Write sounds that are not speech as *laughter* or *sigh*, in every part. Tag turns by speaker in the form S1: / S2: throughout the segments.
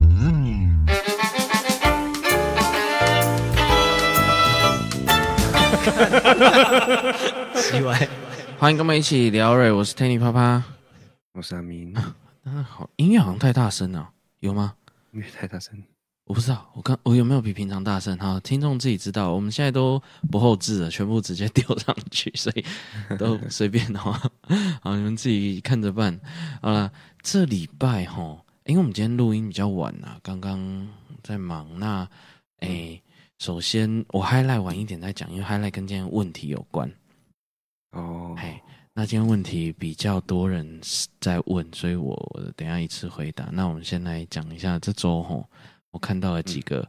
S1: 嗯
S2: 奇怪，
S1: 欢迎跟我们一起聊瑞，我是 Tanny 啪啪。
S3: 我是阿明，
S1: 啊，好，音乐好像太大声了，有吗？
S3: 因为太大声了。
S1: 我不知道，我刚我有没有比平常大声？好，听众自己知道。我们现在都不后置了，全部直接丢上去，所以都随便好吗？ *laughs* 好，你们自己看着办。好了，这礼拜哈，因为我们今天录音比较晚啦，刚刚在忙。那诶、首先我 highlight 晚一点再讲，因为 highlight 跟今天问题有关。
S3: 哦，
S1: 哎，那今天问题比较多人在问，所以我等一下一次回答。那我们先来讲一下这周吼，我看到了几个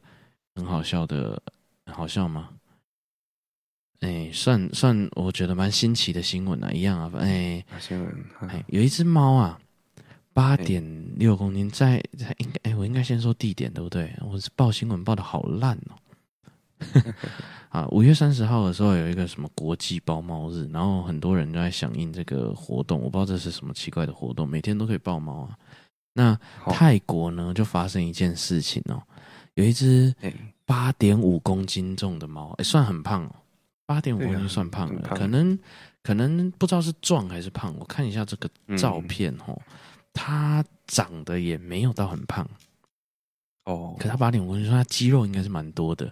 S1: 很好笑的，很好笑吗？哎，算算，我觉得蛮新奇的新闻啊，一样啊，哎
S3: 那些人，哈
S1: 哎，有一只猫啊，八点六公斤，在在应该哎，我应该先说地点对不对？我是报新闻报的好烂哦。啊，五月三十号的时候有一个什么国际包猫日，然后很多人就在响应这个活动，我不知道这是什么奇怪的活动，每天都可以抱猫啊。那
S3: 好，
S1: 泰国呢，就发生一件事情哦，有一只
S3: 哎，
S1: 八点五公斤重的猫，哎、算很胖哦，八点五
S3: 对啊
S1: 公斤算胖了，
S3: 很胖
S1: 可能可能不知道是壮还是胖，我看一下这个
S3: 嗯
S1: 照片哦，它长得也没有到很胖，
S3: 哦，
S1: 可它八点五公斤，它肌肉应该是蛮多的。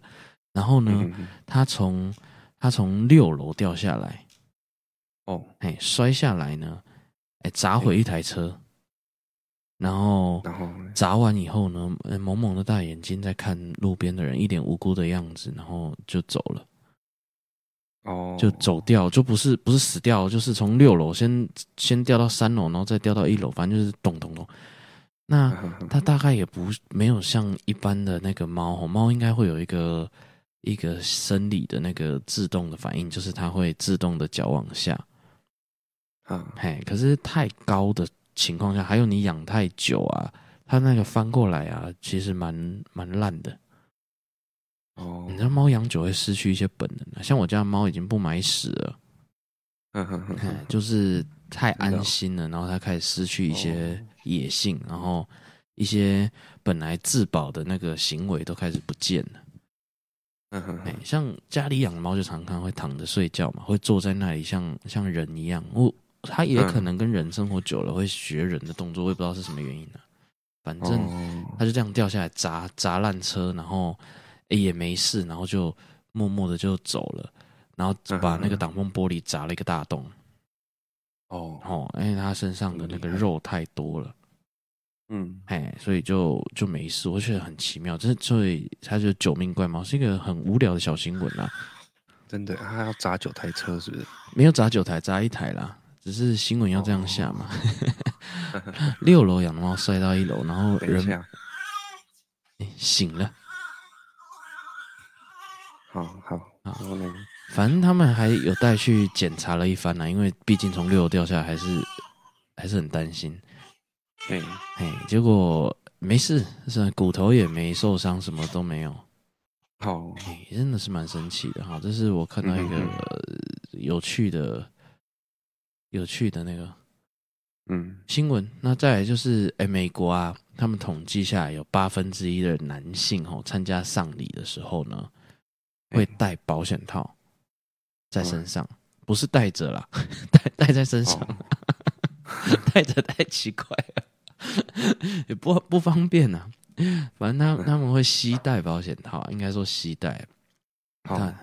S1: 然后呢，
S3: 嗯，
S1: 它从它从六楼掉下来，
S3: 哦，
S1: 哎，摔下来呢，哎，砸
S3: 嗯
S1: 毁一台车，然后
S3: 然后呢
S1: 砸完以后呢，呃萌萌的大眼睛在看路边的人，一脸无辜的样子，然后就走了。
S3: 哦，
S1: 就走掉，就不是不是死掉，就是从六楼先先掉到三楼，然后再掉到一楼，反正就是咚咚咚。
S3: 啊
S1: 那
S3: 哈哈，
S1: 它大概也不没有像一般的那个猫吼，猫应该会有一个一个生理的那个自动的反应，就是它会自动的脚往下。
S3: 嗯啊，
S1: 嘿，可是太高的情况下，还有你养太久啊，它那个翻过来啊，其实蛮蛮烂的。
S3: 哦
S1: 你，知道猫养久会失去一些本能、啊，像我家的猫已经不买屎了。
S3: 嗯哼哼
S1: 嗯
S3: 哼，
S1: 就是太
S3: 知
S1: 安
S3: 道
S1: 心了，然后它开始失去一
S3: 哦
S1: 些野性，然后一些本来自保的那个行为都开始不见了。
S3: 嗯哼
S1: 哎、
S3: 哼，
S1: 像家里养的猫就常常会躺着睡觉嘛，会坐在那里像像人一样。我它也
S3: 嗯
S1: 可能跟人生活久了会学人的动作，我也不知道是什么原因呢、反正
S3: 哦，
S1: 它就这样掉下来砸砸烂车，然后、诶也没事，然后就默默的就走了，然后把那个
S3: 嗯
S1: 挡风玻璃砸了一个大洞。
S3: 哦，
S1: 哦，因为他身上的那个肉太多了，
S3: 嗯，
S1: 哎，所以就就没事。我觉得很奇妙，这所以他就救命怪猫，是一个很无聊的小新闻啦，
S3: 真的，他要砸九台车是不是？
S1: 没有砸九台，砸一台啦，只是新闻要这
S3: 哦
S1: 样
S3: *laughs*
S1: 下嘛。六楼养的猫摔到一楼，然后
S3: 等一
S1: 人、
S3: 下，
S1: 哎醒了，
S3: 好
S1: 啊
S3: 好，然后呢？
S1: 反正他们还有带去检查了一番啊啦，因为毕竟从六楼掉下来还是还是很担心。
S3: 哎，
S1: 哎，结果没事，是啊骨头也没受伤，什么都没有。
S3: 好，
S1: 哎，真的是蛮神奇的哈！这是我看到一个、
S3: 嗯嗯
S1: 呃有趣的、有趣的那个
S3: 嗯，
S1: 新闻。那再来就是，哎、美国啊，他们统计下来有八分之一的男性哦，参加丧礼的时候呢，
S3: 哎
S1: 会带保险套在
S3: 嗯
S1: 身上，不是带着啦，带带在身 *laughs* 上，
S3: 哦
S1: 带着太奇怪了，也不不方便呐、反正他
S3: 嗯
S1: 他们会携带保险套，应该说携带， *laughs*
S3: 好，
S1: 但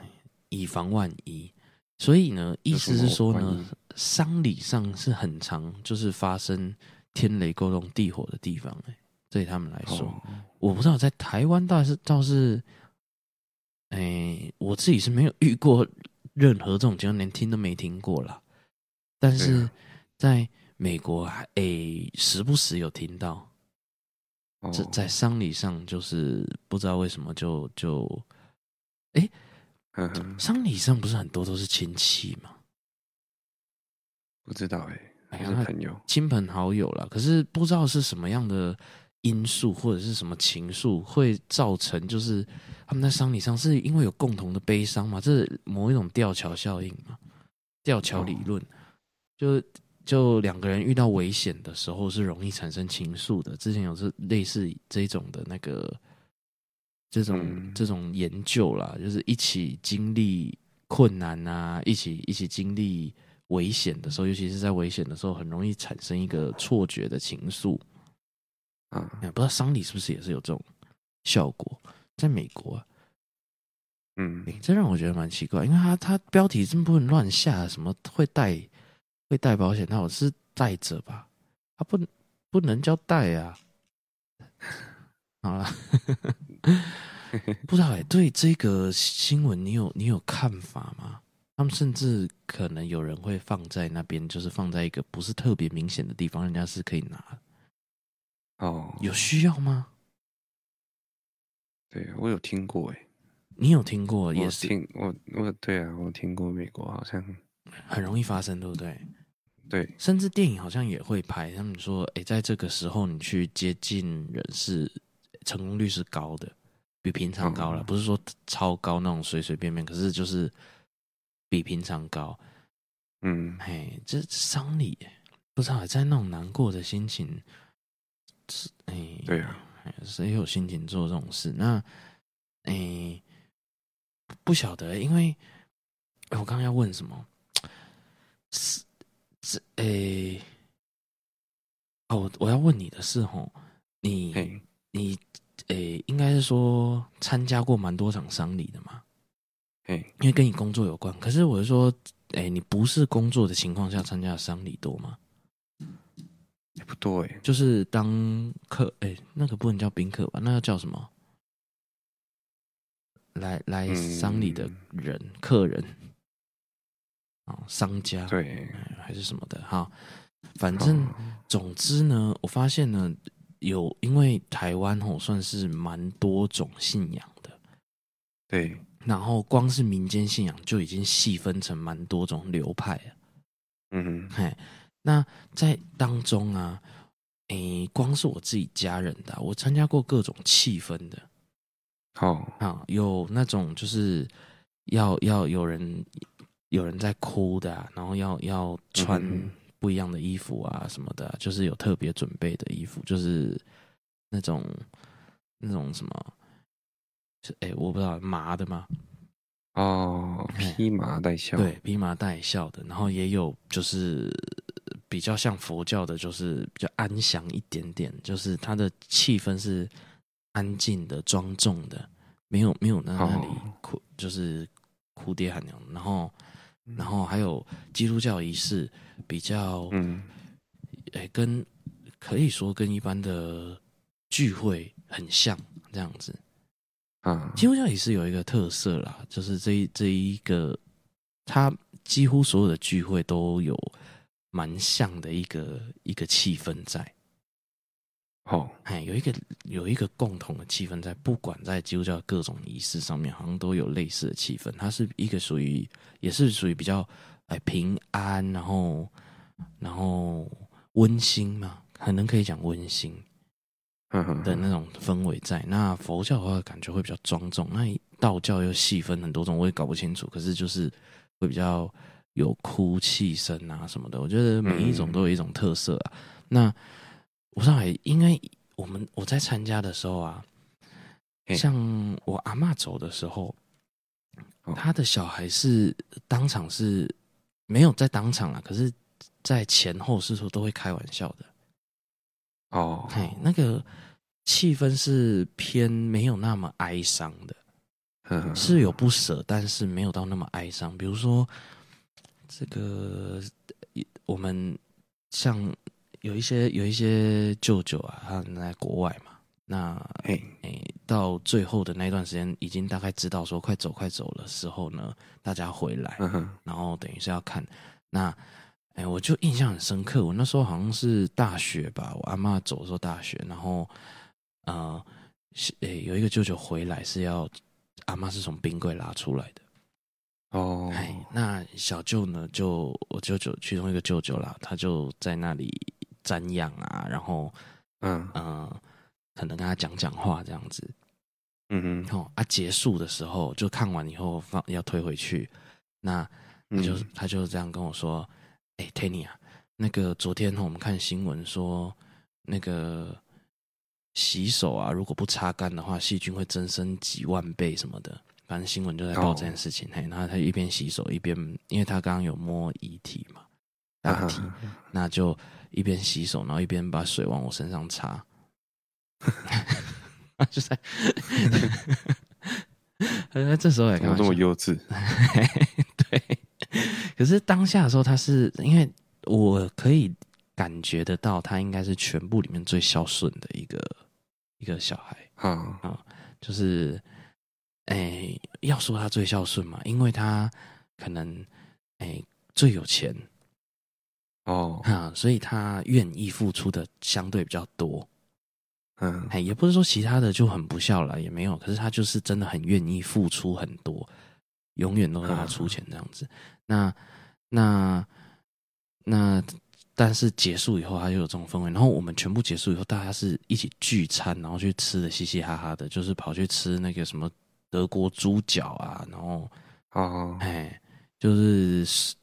S1: 以防万一。所以呢，意思是说
S3: 有什么
S1: 呢
S3: 万一，
S1: 丧礼上是很常就是发生天雷勾动地火的地方、欸，对他们来说，
S3: 哦，
S1: 我不知道在台湾倒是倒是，哎、我自己是没有遇过任何这种情况，连听都没听过啦。但
S3: 对
S1: 是
S3: 啊
S1: 在美国，哎、时不时有听到，
S3: 哦
S1: 这在丧礼上就是不知道为什么就就，哎、
S3: 嗯哼，
S1: 丧礼上不是很多都是亲戚嘛，
S3: 不知道哎，
S1: 哎
S3: 还
S1: 呀
S3: 是
S1: 那
S3: 朋友，
S1: 亲朋好友啦，可是不知道是什么样的因素或者是什么情愫会造成，就是他们在丧礼上是因为有共同的悲伤嘛，这是某一种吊桥效应嘛，吊桥理论，就就两个人遇到危险的时候是容易产生情愫的。之前有这类似这种的那个这种、
S3: 嗯
S1: 这种研究啦，就是一起经历困难啊，一起一起经历危险的时候，尤其是在危险的时候，很容易产生一个错觉的情愫。
S3: 啊，
S1: 哎不知道丧礼是不是也是有这种效果？在美国、啊，
S3: 嗯，
S1: 欸这让我觉得蛮奇怪，因为他他标题真不能乱下，什么会带会带保险套是带着吧？他不不能叫带啊。好了， *laughs* 不知道哎、对这个新闻你有你有看法吗？他们甚至可能有人会放在那边，就是放在一个不是特别明显的地方，人家是可以拿的。
S3: 哦，
S1: 有需要吗？
S3: 对我有听过哎，
S1: 你有听过，
S3: 我
S1: 也是
S3: 听我我对啊，我听过美国好像
S1: 很容易发生，对不对？
S3: 对，
S1: 甚至电影好像也会拍，他们说，诶，在这个时候你去接近人是成功率是高的，比平常高了，
S3: 嗯
S1: 不是说超高那种随随便便，可是就是比平常高。
S3: 嗯，
S1: 嘿，这丧礼不知道在那种难过的心情，是哎，
S3: 对啊，
S1: 哎谁有心情做这种事？那，诶、不晓得，因为诶我刚刚要问什么？是这诶、哦，我我要问你的是吼，你
S3: 嘿，
S1: 你诶、应该是说参加过蛮多场丧礼的嘛？
S3: 嘿，
S1: 因为跟你工作有关。可是我是说，诶、你不是工作的情况下参加的丧礼多吗？
S3: 也不多哎，
S1: 就是当客，哎、那个不能叫宾客吧？那个叫什么？来来丧礼的人、客人，哦，商家
S3: 对，
S1: 还是什么的哈。反正
S3: 哦
S1: 总之呢，我发现呢，有因为台湾吼算是蛮多种信仰的，
S3: 对，
S1: 然后光是民间信仰就已经细分成蛮多种流派了。
S3: 嗯哼，
S1: 嘿，那在当中啊，诶、光是我自己家人的啊、我参加过各种气氛的
S3: 好，
S1: 啊，有那种就是要要有人有人在哭的、啊，然后要要穿
S3: 嗯哼
S1: 不一样的衣服啊什么的啊、就是有特别准备的衣服，就是那种那种什么。是诶、我不知道麻的嘛，
S3: 哦，
S1: 嘿
S3: 披麻戴孝，
S1: 对，披麻戴孝的，然后也有就是呃比较像佛教的，就是比较安详一点点，就是它的气氛是安静的、庄重的，没有没有在那里
S3: 哦
S1: 哭，就是哭爹喊娘。然后，
S3: 嗯，
S1: 然后还有基督教仪式比较，诶、
S3: 嗯，
S1: 跟可以说跟一般的聚会很像这样子。
S3: 啊，
S1: 基督教也是有一个特色啦，就是这一这一个，它几乎所有的聚会都有蛮像的一个一个气氛在，
S3: 好，
S1: 哎，有一个有一个共同的气氛在，不管在基督教各种仪式上面，好像都有类似的气氛。它是一个属于也是属于比较哎平安，然后然后温馨嘛，可能可以讲温馨。
S3: 嗯哼，
S1: 的那种氛围在。那佛教的话，感觉会比较庄重；那道教又细分很多种，我也搞不清楚。可是就是会比较有哭泣声啊什么的。我觉得每一种
S3: 嗯
S1: 都有一种特色啊。那我上海，因为我们我在参加的时候啊，
S3: 嘿
S1: 像我阿嬷走的时候，
S3: 哦
S1: 她的小孩是当场是没有在当场啊，可是在前后是说都会开玩笑的。
S3: 哦，
S1: 嘿，那个气氛是偏没有那么哀伤的，
S3: 嗯哼
S1: 是有不舍，但是没有到那么哀伤。比如说，这个呃我们像有一些有一些舅舅啊，他们在国外嘛，那
S3: 嘿，
S1: 诶、到最后的那一段时间，已经大概知道说快走快走的时候呢，大家回来，
S3: 嗯哼，
S1: 然后等于是要看那，哎，我就印象很深刻。我那时候好像是大学吧，我阿嬷走的时候大学，然后呃，是哎有一个舅舅回来是要阿嬷是从冰柜拉出来的，
S3: 哦，
S1: 哎，那小舅呢就我舅舅其中一个舅舅啦，他就在那里瞻仰啊，然后
S3: 嗯
S1: 呃，可能跟他讲讲话这样子，
S3: 嗯哼，
S1: 哦啊，结束的时候就看完以后放要推回去，那他
S3: 嗯
S1: 就、他就这样跟我说：“哎、t a n y 啊，那个昨天哦我们看新闻说，那个洗手啊，如果不擦干的话，细菌会增生几万倍什么的。反正新闻就在报
S3: 哦
S1: 这件事情。嘿，然后他一边洗手一边，因为他刚刚有摸遗体嘛，
S3: 嗯
S1: 大体，那就一边洗手，然后一边把水往我身上擦， *laughs* 他就在，他在这时候来
S3: 怎
S1: 干
S3: 么
S1: 嘛
S3: 这？么幼稚？
S1: 对，可是当下的时候，他是因为我可以感觉得到，他应该是全部里面最孝顺的一个一个小孩。
S3: 啊，
S1: 就是，哎、要说他最孝顺嘛，因为他可能哎、最有钱
S3: 哦，
S1: 啊，所以他愿意付出的相对比较多。
S3: 嗯，
S1: 哎，也不是说其他的就很不孝了，也没有，可是他就是真的很愿意付出很多，永远都是他出钱这样子。那那那，但是结束以后，他就有这种氛围。然后我们全部结束以后，大家是一起聚餐，然后去吃的嘻嘻哈哈的，就是跑去吃那个什么德国猪脚啊，然后
S3: 哦，
S1: 哎，就是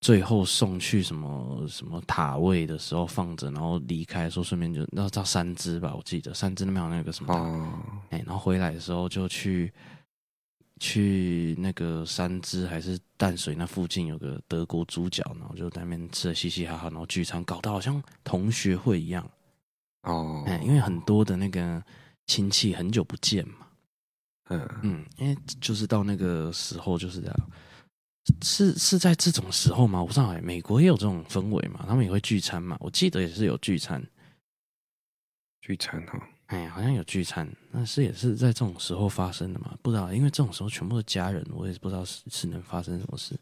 S1: 最后送去什么什么塔位的时候放着，然后离开的时候顺便就那到三只吧，我记得三只那边有那个什么塔位
S3: 哦，
S1: 哎、然后回来的时候就去去那个三芝还是淡水那附近有个德国猪脚，然后就在那边吃的嘻嘻哈哈，然后聚餐，搞得好像同学会一样。
S3: 哦，
S1: 哎、因为很多的那个亲戚很久不见嘛，
S3: 嗯，
S1: 嗯，因为就是到那个时候就是这样。是是在这种时候吗？我不知道哎、美国也有这种氛围嘛，他们也会聚餐嘛，我记得也是有聚餐，
S3: 聚餐哈，
S1: 哎，好像有聚餐，那是也是在这种时候发生的嘛？不知道，因为这种时候全部的家人，我也不知道是是能发生什么事。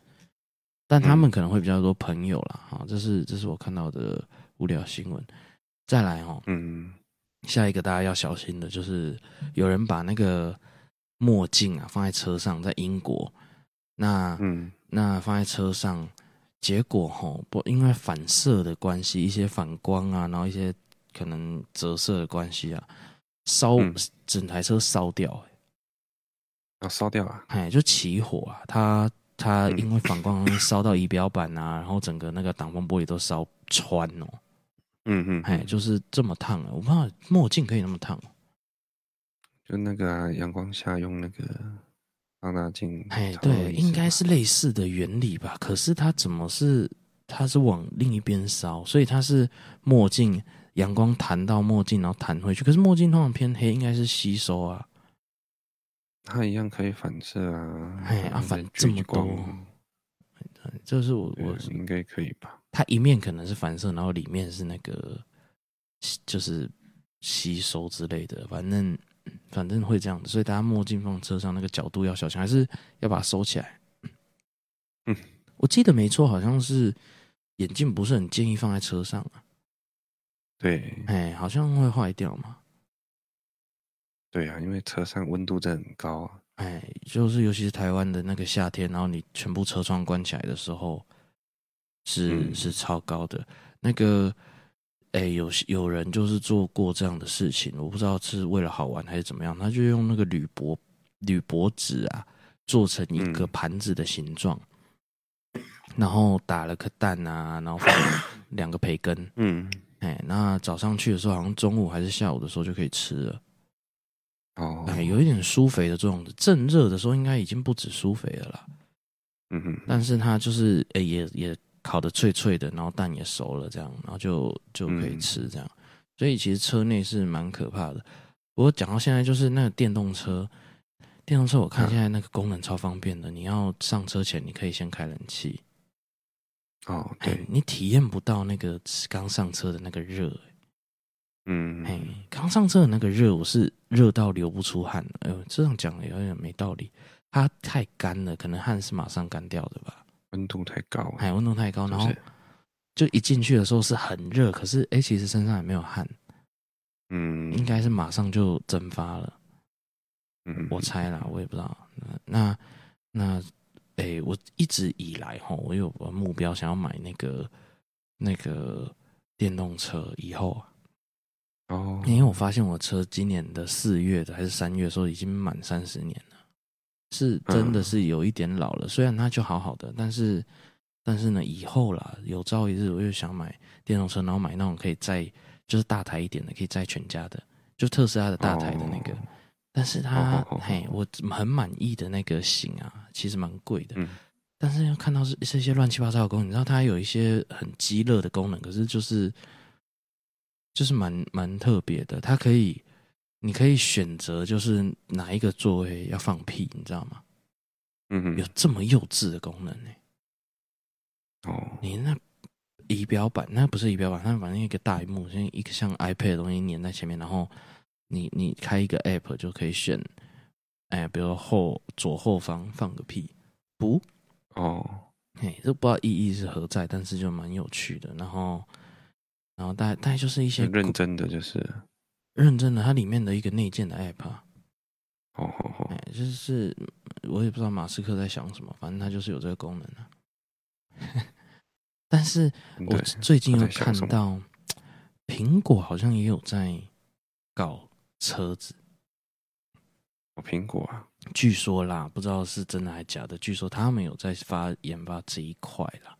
S1: 但他们可能会比较多朋友啦，哈、这是这是我看到的无聊新闻。再来哦，
S3: 嗯，
S1: 下一个大家要小心的就是有人把那个墨镜啊放在车上，在英国，那
S3: 嗯，
S1: 那放在车上，结果吼不因为反射的关系，一些反光啊，然后一些可能折射的关系啊，烧、
S3: 嗯
S1: 整台车烧掉、欸，
S3: 要烧掉啊，
S1: 哎，就起火啊，它它
S3: 嗯
S1: 因为反光的关系烧到仪表板啊，然后整个那个挡风玻璃都烧穿哦、
S3: 嗯嗯，
S1: 哎，就是这么烫啊，我不知道墨镜可以那么烫哦、
S3: 就那个啊，阳光下用那个放大镜差
S1: 哎，
S3: 不多的意思吧，
S1: 对，应该是类似的原理吧。可是它怎么是它是往另一边烧，所以它是墨镜阳光弹到墨镜，然后弹回去。可是墨镜通常偏黑，应该是吸收啊。
S3: 它一样可以反射啊，
S1: 哎啊
S3: 然后
S1: 反
S3: 再
S1: 这
S3: 聚
S1: 么
S3: 光
S1: 多这是我
S3: 对啊
S1: 我
S3: 应该可以吧？
S1: 它一面可能是反射，然后里面是那个就是吸收之类的，反正反正会这样子。所以大家墨镜放车上那个角度要小心，还是要把它收起来。
S3: 嗯，
S1: 我记得没错，好像是眼镜不是很建议放在车上啊，
S3: 对
S1: 哎，好像会坏掉嘛。
S3: 对啊，因为车上温度真的很高啊，
S1: 哎，就是尤其是台湾的那个夏天，然后你全部车窗关起来的时候，是、
S3: 嗯
S1: 是超高的。那个，哎，有有人就是做过这样的事情，我不知道是为了好玩还是怎么样，他就用那个铝箔铝箔纸啊，做成一个
S3: 嗯
S1: 盘子的形状，然后打了颗蛋啊，然后放两个培根，
S3: 嗯，
S1: 哎，那早上去的时候，好像中午还是下午的时候就可以吃了。
S3: 哦，
S1: 哎，有一点舒肥的作用。正热的时候应该已经不止舒肥了啦，
S3: 嗯哼，
S1: 但是它就是哎、也也烤的脆脆的，然后蛋也熟了，这样，然后就就可以吃
S3: 嗯
S1: 这样。所以其实车内是蛮可怕的。不过讲到现在，就是那个电动车，电动车我看
S3: 嗯
S1: 现在那个功能超方便的，你要上车前你可以先开冷气，
S3: 哦，
S1: 哎
S3: 对，，
S1: 你体验不到那个刚上车的那个热、
S3: 嗯，
S1: 哎，刚上车的那个热，我是热到流不出汗了。哎呦，这样讲有点没道理。它太干了，可能汗是马上干掉的吧。
S3: 温度太高了，
S1: 哎，温度太
S3: 哦
S1: 高，
S3: 是
S1: 然
S3: 不
S1: 后
S3: 是？
S1: 就一进去的时候是很热，可是哎、其实身上也没有汗，
S3: 嗯，
S1: 应该是马上就蒸发了。
S3: 嗯，
S1: 我猜啦，我也不知道。那那哎、我一直以来哈，我有个目标，想要买那个那个电动车，以后啊
S3: 哦，
S1: 因为我发现我车今年的四月的还是三月的时候已经满三十年了，是
S3: 嗯
S1: 真的是有一点老了。虽然它就好好的，但是但是呢，以后啦，有朝一日我又想买电动车，然后买那种可以载就是大台一点的，可以载全家的，就特斯拉的大台的那个，
S3: 哦
S1: 但是它嘿，我很满意的那个型啊，其实蛮贵的。嗯。但是看到是是一些乱七八糟的功能，你知道它有一些很激乐的功能，可是就是就是蛮蛮特别的。它可以，你可以选择就是哪一个座位要放屁，你知道吗？
S3: 嗯，
S1: 有这么幼稚的功能呢、
S3: 欸？哦，
S1: 你那仪表板那不是仪表板，它反正一个大荧幕，像一个像 iPad 的东西粘在前面，然后你你开一个 App 就可以选，哎，比如后左后方放个屁，不。
S3: 哦，
S1: 哎，都不知道意义是何在，但是就蛮有趣的。然后，然后大大概就是一些
S3: 认真的，就是
S1: 认真的，它里面的一个内建的 app、啊。
S3: 哦哦哦，
S1: 哎，就是我也不知道马斯克在想什么，反正他就是有这个功能啊。 *laughs* 但是我最近又看到苹果好像也有在搞车子。
S3: 哦，苹果啊。
S1: 据说啦，不知道是真的还假的。据说他们有在发研发这一块啦。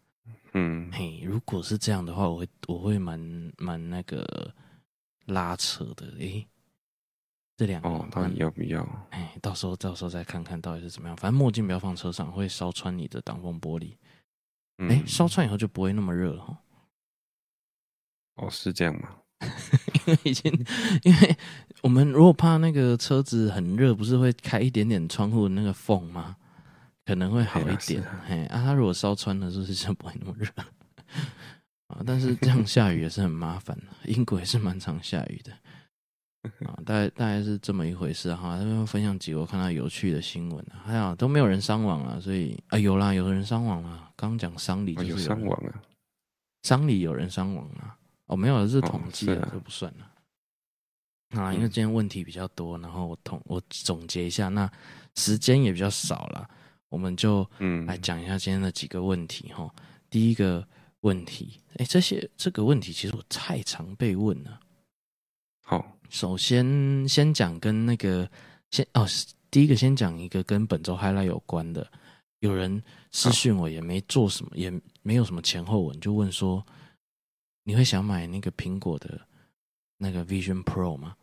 S3: 嗯，
S1: 嘿，如果是这样的话，我会我会蛮蛮那个拉扯的。诶、欸，这两个
S3: 哦，到底要不要？
S1: 哎，到时候到时候再看看到底是怎么样。反正墨镜不要放车上，会烧穿你的挡风玻璃。哎、嗯欸，烧穿以后就不会那么热了哈。
S3: 哦，是这样吗？
S1: 因为已经， *laughs* 因为我们如果怕那个车子很热，不是会开一点点窗户那个缝吗？可能会好一点。嘿，啊，它如果烧穿了，就是就不会那么热啊。但是这样下雨也是很麻烦的，英国也是蛮常下雨
S3: *laughs*
S1: 的啊。大概大概是这么一回事哈、啊。这边分享几个我看到有趣的新闻啊，还好都没有人伤亡啊，所以啊有啦，有人伤亡啦。刚讲丧礼就是
S3: 有伤亡啊，
S1: 丧礼有人伤亡啊。哦，没有，是统计的，这、哦、不算了。啊，因为今天问题比较多，然后我统我总结一下，那时间也比较少了，我们就
S3: 嗯
S1: 来讲一下今天的几个问题哈。第一个问题，哎、欸，这些这个问题其实我太常被问了。
S3: 好、哦，
S1: 首先先讲跟那个先哦，第一个先讲一个跟本周 highlight 有关的，有人私讯我也没做什么，也没有什么前后文，就问说。你会想买那个苹果的那个 Vision Pro 吗？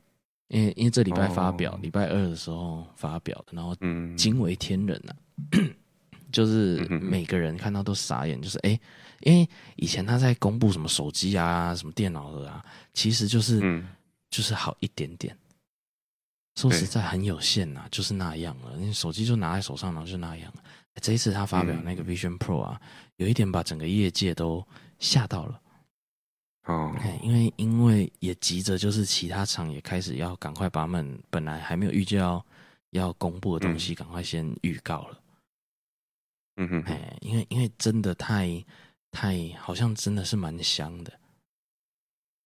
S1: 因为因为这礼拜发表，礼、oh. 拜二的时候发表的，然
S3: 嗯
S1: 后惊为天人呐、啊 *coughs* 就是每个人看到都傻眼，就是哎、欸，因为以前他在公布什么手机啊、什么电脑的啊，其实就是、嗯、就是好一点点，说实在很有限呐、啊，就是那样了。你手机就拿在手上，然后就那样了。欸、这一次他发表那个 Vision Pro 啊，有一点把整个业界都吓到了。
S3: 哦，
S1: 因为因为也急着，就是其他厂也开始要赶快把他们本来还没有预计要要公布的东西，赶快先预告了。
S3: 嗯哼，
S1: 哎，因为因为真的太太好像真的是蛮香的，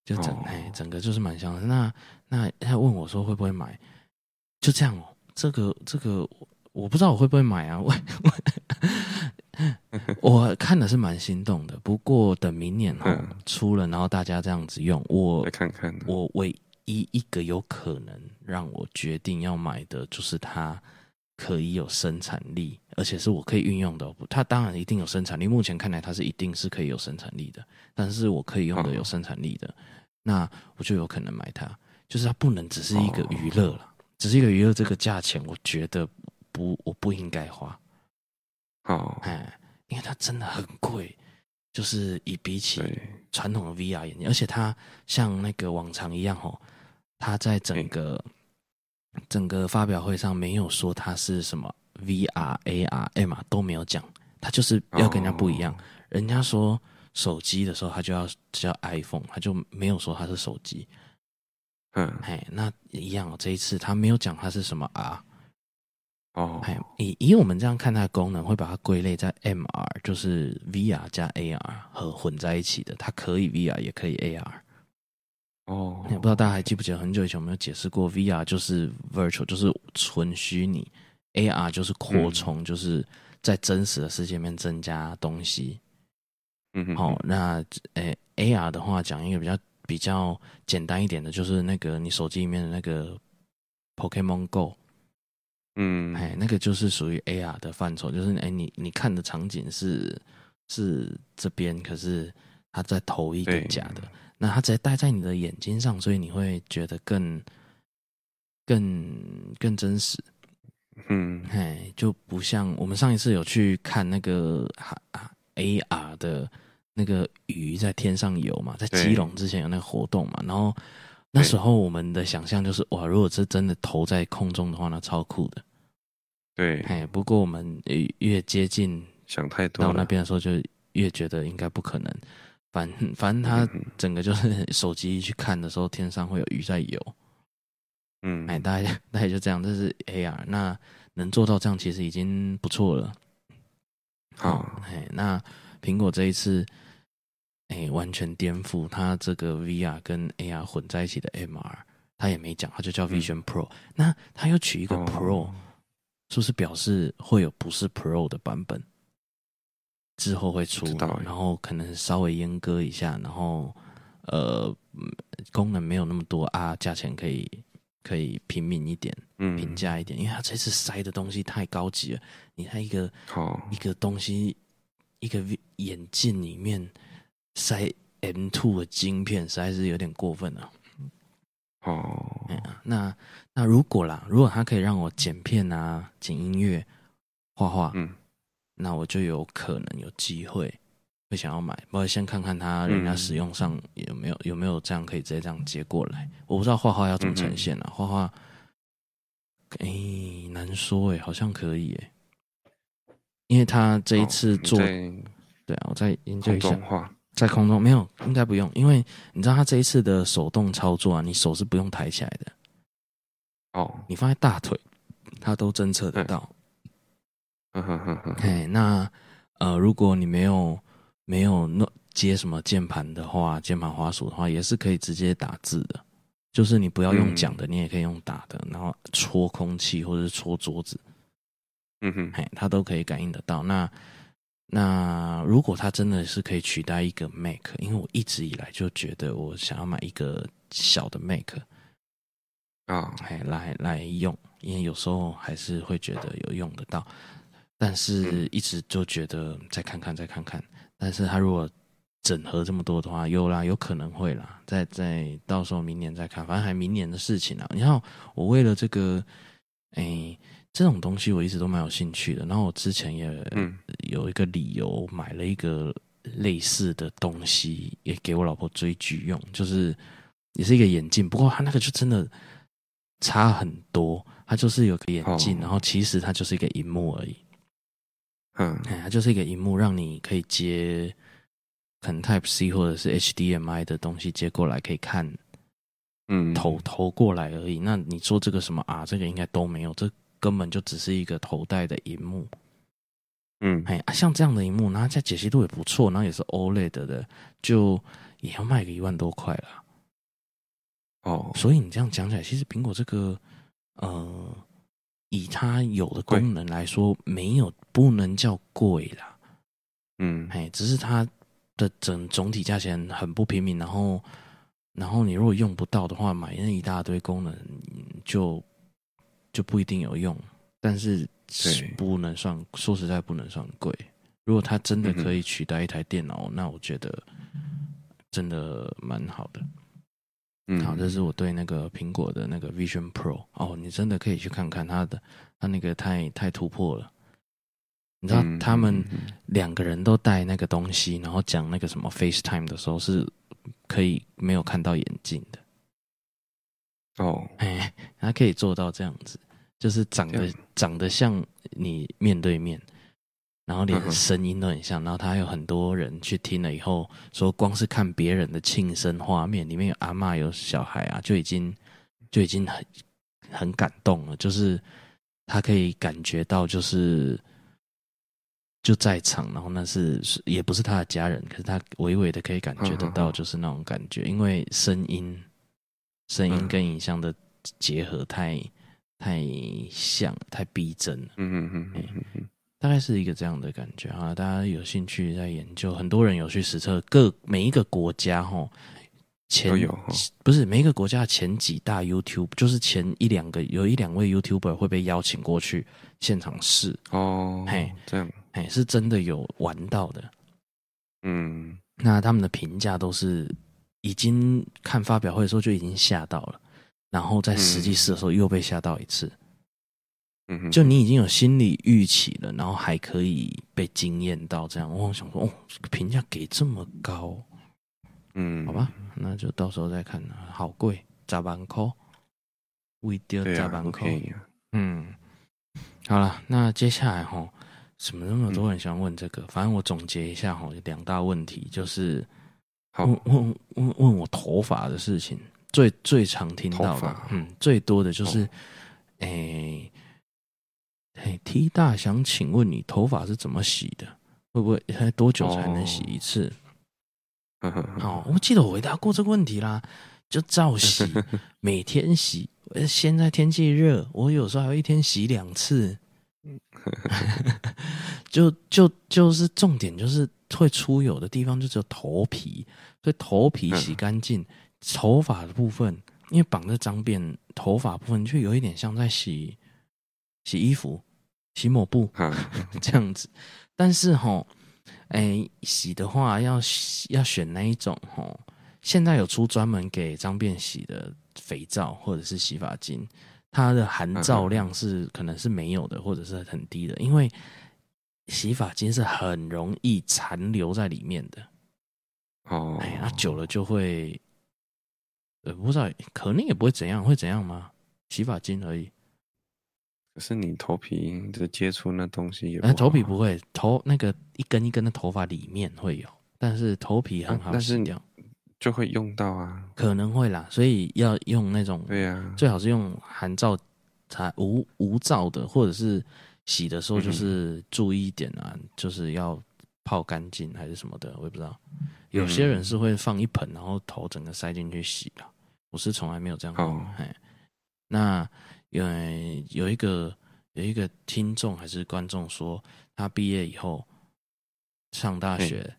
S1: 就整哎、哦、整个就是蛮香的。那那他问我说会不会买，就这样哦。这个这个我不知道我会不会买啊。我 *laughs* 我我看的是蛮心动的，不过等明年哈、嗯、出了，然后大家这样子用，我
S3: 看看。
S1: 我唯一一个有可能让我决定要买的，就是它可以有生产力，而且是我可以运用的。它当然一定有生产力，目前看来它是一定是可以有生产力的，但是我可以用的有生产力的，哦、那我就有可能买它。就是它不能只是一个娱乐了，哦、只是一个娱乐，这个价钱我觉得不，我不应该花。
S3: 哦，
S1: 哎，因为它真的很贵，就是以比起传统的 VR 眼镜，而且它像那个往常一样哦，它在整个整个发表会上没有说它是什么 VR、AR、M 都没有讲，它就是要跟人家不一样。哦、人家说手机的时候，它就要叫 iPhone，它就没有说它是手机。
S3: 嗯，
S1: 哎，那一样哦，这一次它没有讲它是什么 R。
S3: 哦，
S1: 哎，以以我们这样看它的功能，会把它归类在 MR，就是 VR 加 AR 和混在一起的，它可以 VR 也可以 AR。
S3: 哦，
S1: 也不知道大家还记不记得很久以前我们有解释过，VR 就是 virtual，就是纯虚拟；AR 就是扩充，嗯、就是在真实的世界面增加东西。
S3: 嗯哼,哼，
S1: 好、哦，那诶、欸、AR 的话，讲一个比较比较简单一点的，就是那个你手机里面的那个 Pokemon Go。
S3: 嗯，
S1: 哎，那个就是属于 AR 的范畴，就是哎，你你看的场景是是这边，可是它在投一个假的，那它直接戴在你的眼睛上，所以你会觉得更更更真实。
S3: 嗯，
S1: 哎，就不像我们上一次有去看那个哈啊 AR 的那个鱼在天上游嘛，在
S3: 对
S1: 基隆之前有那个活动嘛，然后那
S3: 对
S1: 时候我们的想象就是哇，如果是真的投在空中的话，那超酷的。
S3: 对，
S1: 哎，不过我们呃越接近
S3: 想太多
S1: 到
S3: 了。
S1: 那边的时候，就越觉得应该不可能。反 *laughs* 反正它
S3: 嗯
S1: 整个就是 *laughs* 手机去看的时候，天上会有鱼在游，
S3: 嗯，
S1: 哎，大概大概就这样。这是 AR，那能做到这样其实已经不错了。
S3: 好，
S1: 哎，那苹果这一次，哎，完全颠覆它这个 VR 跟 AR 混在一起的 MR，它也没讲，它就叫 Vision Pro、那它又取一个
S3: 嗯哦
S1: Pro，、是不是表示会有不是 Pro 的版本？之后会出
S3: 不知道，欸
S1: 然后可能稍微阉割一下，然后呃，嗯功能没有那么多啊，价钱可以可以平民一点，
S3: 嗯，
S1: 平价一点，因为它这次塞的东西太高级了，你看一个
S3: 好
S1: 一，个东西，一个 V- 眼镜里面塞 M two 的晶片，实在是有点过分了、
S3: 好
S1: 哎，呀，那那如果啦，如果它可以让我剪片啊、剪音乐、画画，
S3: 嗯，
S1: 那我就有可能有机会会想要买。不过先看看它人家
S3: 嗯
S1: 使用上有没有、有没有这样可以直接这样接过来。我不知道画画要怎么
S3: 嗯
S1: 呈
S3: 嗯
S1: 现啊，画画，哎、难说哎、好像可以哎、因为他这一
S3: 好
S1: 次
S3: 哦你
S1: 做
S3: 在
S1: 对啊，我再研究
S3: 空
S1: 一下
S3: 中，画，
S1: 在空中没有，应该不用，因为你知道他这一次的手动操作啊，你手是不用抬起来的，
S3: 哦，
S1: 你放在大腿，它都侦测得到。
S3: 嗯哼哼哼，
S1: 嘿，那呃，如果你没有没有那接什么键盘的话，键盘滑鼠的话，也是可以直接打字的，就是你不要用
S3: 嗯
S1: 讲的，你也可以用打的，然后戳空气或者是戳桌子，
S3: 嗯哼，
S1: 嘿，它都可以感应得到。那那如果它真的是可以取代一个 Mac，因为我一直以来就觉得我想要买一个小的 Mac，
S3: 啊，
S1: 哎，来来用，因为有时候还是会觉得有用得到，但是一直就觉得再看看再看看。但是它如果整合这么多的话，有啦，有可能会啦，再再到时候明年再看，反正还明年的事情啦。你看，我为了这个，哎、这种东西我一直都蛮有兴趣的。然后我之前也
S3: 嗯，
S1: 有一个理由买了一个类似的东西，也给我老婆追剧用，就是也是一个眼镜，不过它那个就真的差很多，它就是有个眼镜，
S3: 哦
S1: 然后其实它就是一个荧幕而已，
S3: 嗯，
S1: 哎，它就是一个荧幕，让你可以接可能 Type C 或者是 HDMI 的东西接过来，可以看
S3: 嗯，
S1: 投投过来而已。那你说这个什么啊，这个应该都没有，这根本就只是一个头戴的荧幕。
S3: 嗯，
S1: 哎、啊，像这样的荧幕，然后它解析度也不错，然后也是 OLED 的，就也要卖个一万多块啦。
S3: 哦，
S1: 所以你这样讲起来，其实苹果这个，呃，以它有的功能来说，没有不能叫贵啦。
S3: 嗯，
S1: 哎，只是它的整总体价钱很不平民，然后，然后你如果用不到的话，买那一大堆功能嗯就就不一定有用。但是
S3: 对
S1: 不能算，说实在不能算贵。如果它真的
S3: 嗯哼
S1: 可以取代一台电脑，那我觉得真的蛮好的。
S3: 嗯，
S1: 好，这是我对那个苹果的那个 Vision Pro 哦，你真的可以去看看它的，它那个太太突破了。你知道
S3: 嗯
S1: 他们、
S3: 嗯嗯
S1: 两个人都带那个东西，然后讲那个什么 FaceTime 的时候是可以没有看到眼镜的，
S3: 嗯哦，
S1: 哎，他可以做到这样子，就是长
S3: 这
S1: 得
S3: 样
S1: 长得像你面对面，然后
S3: 嗯
S1: 连
S3: 哼
S1: 声音都很像，然后他有很多人去听了以后，说光是看别人的庆生画面，里面有阿嬷有小孩啊，就已经就已经很很感动了，就是他可以感觉到就是。就在场，然后那是是也不是他的家人，可是他微微的可以感觉得
S3: 嗯嗯
S1: 到，
S3: 嗯
S1: 就是那种感觉，因为声音、声音
S3: 嗯
S1: 跟影像的结合太太像、太逼真了，
S3: 嗯嗯嗯嗯嗯，
S1: 大概是一个这样的感觉啊。大家有兴趣在研究，很多人有去实测各每一个国家吼前
S3: 都有哦
S1: 不是每一个国家的前几大 YouTube，就是前一两个有一两位 YouTuber 会被邀请过去现场试，
S3: 哦，
S1: 嘿
S3: 这样，
S1: 哎，是真的有玩到的。
S3: 嗯，
S1: 那他们的评价都是已经看发表会的时候就已经吓到了，然后在实际试的时候又被吓到一次。
S3: 嗯哼，
S1: 就你已经有心理预期了，然后还可以被惊艳到这样，我想说，哦，这个评价给这么高，
S3: 嗯，
S1: 好吧，，那就到时候再看了。好贵，咋办扣？为丢
S3: 对
S1: 咋
S3: 啊，
S1: 办
S3: 不
S1: 扣？
S3: 便宜啊，
S1: 嗯，好了，那接下来哈，什么那么多人想问这个？反正我总结一下哈，有两大问题，就是
S3: 好，
S1: 问问问问我头发的事情，最最常听到
S3: 头
S1: 的
S3: 发，哦
S1: 嗯，最多的就是，诶、嘿，T 大想请问你头发是怎么洗的？会不会还多久才
S3: 哦
S1: 能洗一次？
S3: *laughs* 呵呵呵
S1: 哦，我记得我回答过这个问题啦，就照洗，每天洗。呃现在天气热，我有时候还会一天洗两次。就就就是重点就是会出油的地方就只有头皮，所以头皮洗干净，头发的部分因为绑着脏辫，头发部分就有一点像在洗洗衣服、洗抹布。
S3: 啊，
S1: *laughs* 这样子。但是吼，哎、洗的话要洗要选那一种吼，现在有出专门给脏辫洗的肥皂或者是洗发精，它的含皂量是可能是没有的，或者是很低的，因为洗发精是很容易残留在里面的，
S3: 哦，
S1: 哎、它久了就会，呃，不知道可能也不会怎样，会怎样吗？洗发精而已。
S3: 可是你头皮这接触那东西也不
S1: 呃，
S3: 好啊，
S1: 头皮不会，头那个一根一根的头发里面会有，但是头皮很
S3: 啊
S1: 好
S3: 但是
S1: 洗
S3: 你
S1: 掉，
S3: 就会用到啊，
S1: 可能会啦，所以要用那种
S3: 对呀，
S1: 最好是用含皂才无无皂的，或者是洗的时候就是注意一点啊，就是要泡干净还是什么的，我也不知道。有些人是会放一盆，然后头整个塞进去洗的，我是从来没有这样过
S3: 哦。
S1: 哎、那有有一个有一个听众还是观众说，他毕业以后上大学，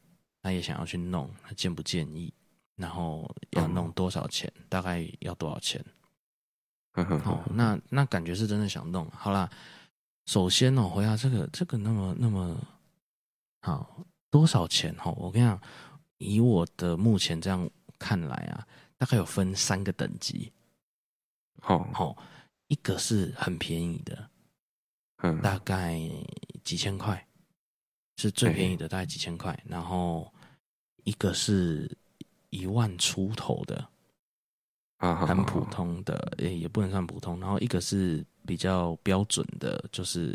S1: 他也想要去弄，他建不建议？然后要弄多少钱？大概要多少钱？
S3: *laughs* 呵呵
S1: 哦
S3: 呵，
S1: 那那感觉是真的想弄。好啦，首先哦，回答这个这个那么那么好多少钱哦？我跟你讲，以我的目前这样看来啊，大概有分三个等级
S3: 好，
S1: 哦。一个是很便宜的，
S3: 嗯，
S1: 大概几千块，是最
S3: 嘿
S1: 便宜的，大概几千块。然后一个是一万出头的，
S3: 啊，好
S1: 很
S3: 好
S1: 普
S3: 好
S1: 通的，也也不能算普通。然后一个是比较标准的，就是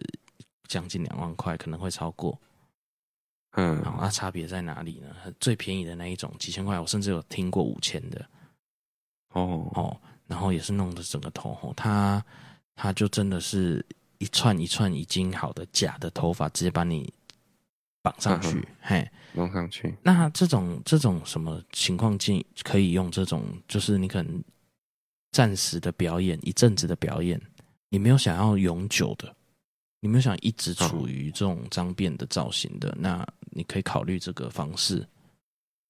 S1: 将近两万块，可能会超过。
S3: 嗯，
S1: 然后那差别在哪里呢？最便宜的那一种几千块，我甚至有听过五千的
S3: 哦，
S1: 哦。然后也是弄的整个头哦，它它就真的是一串一串已经好的假的头发，直接把你绑上去，
S3: 嗯
S1: 嘿。
S3: 弄上去，
S1: 那这种这种什么情况建议可以用这种，就是你可能暂时的表演，一阵子的表演，你没有想要永久的，你没有想一直处于这种脏辫的造型的，那你可以考虑这个方式。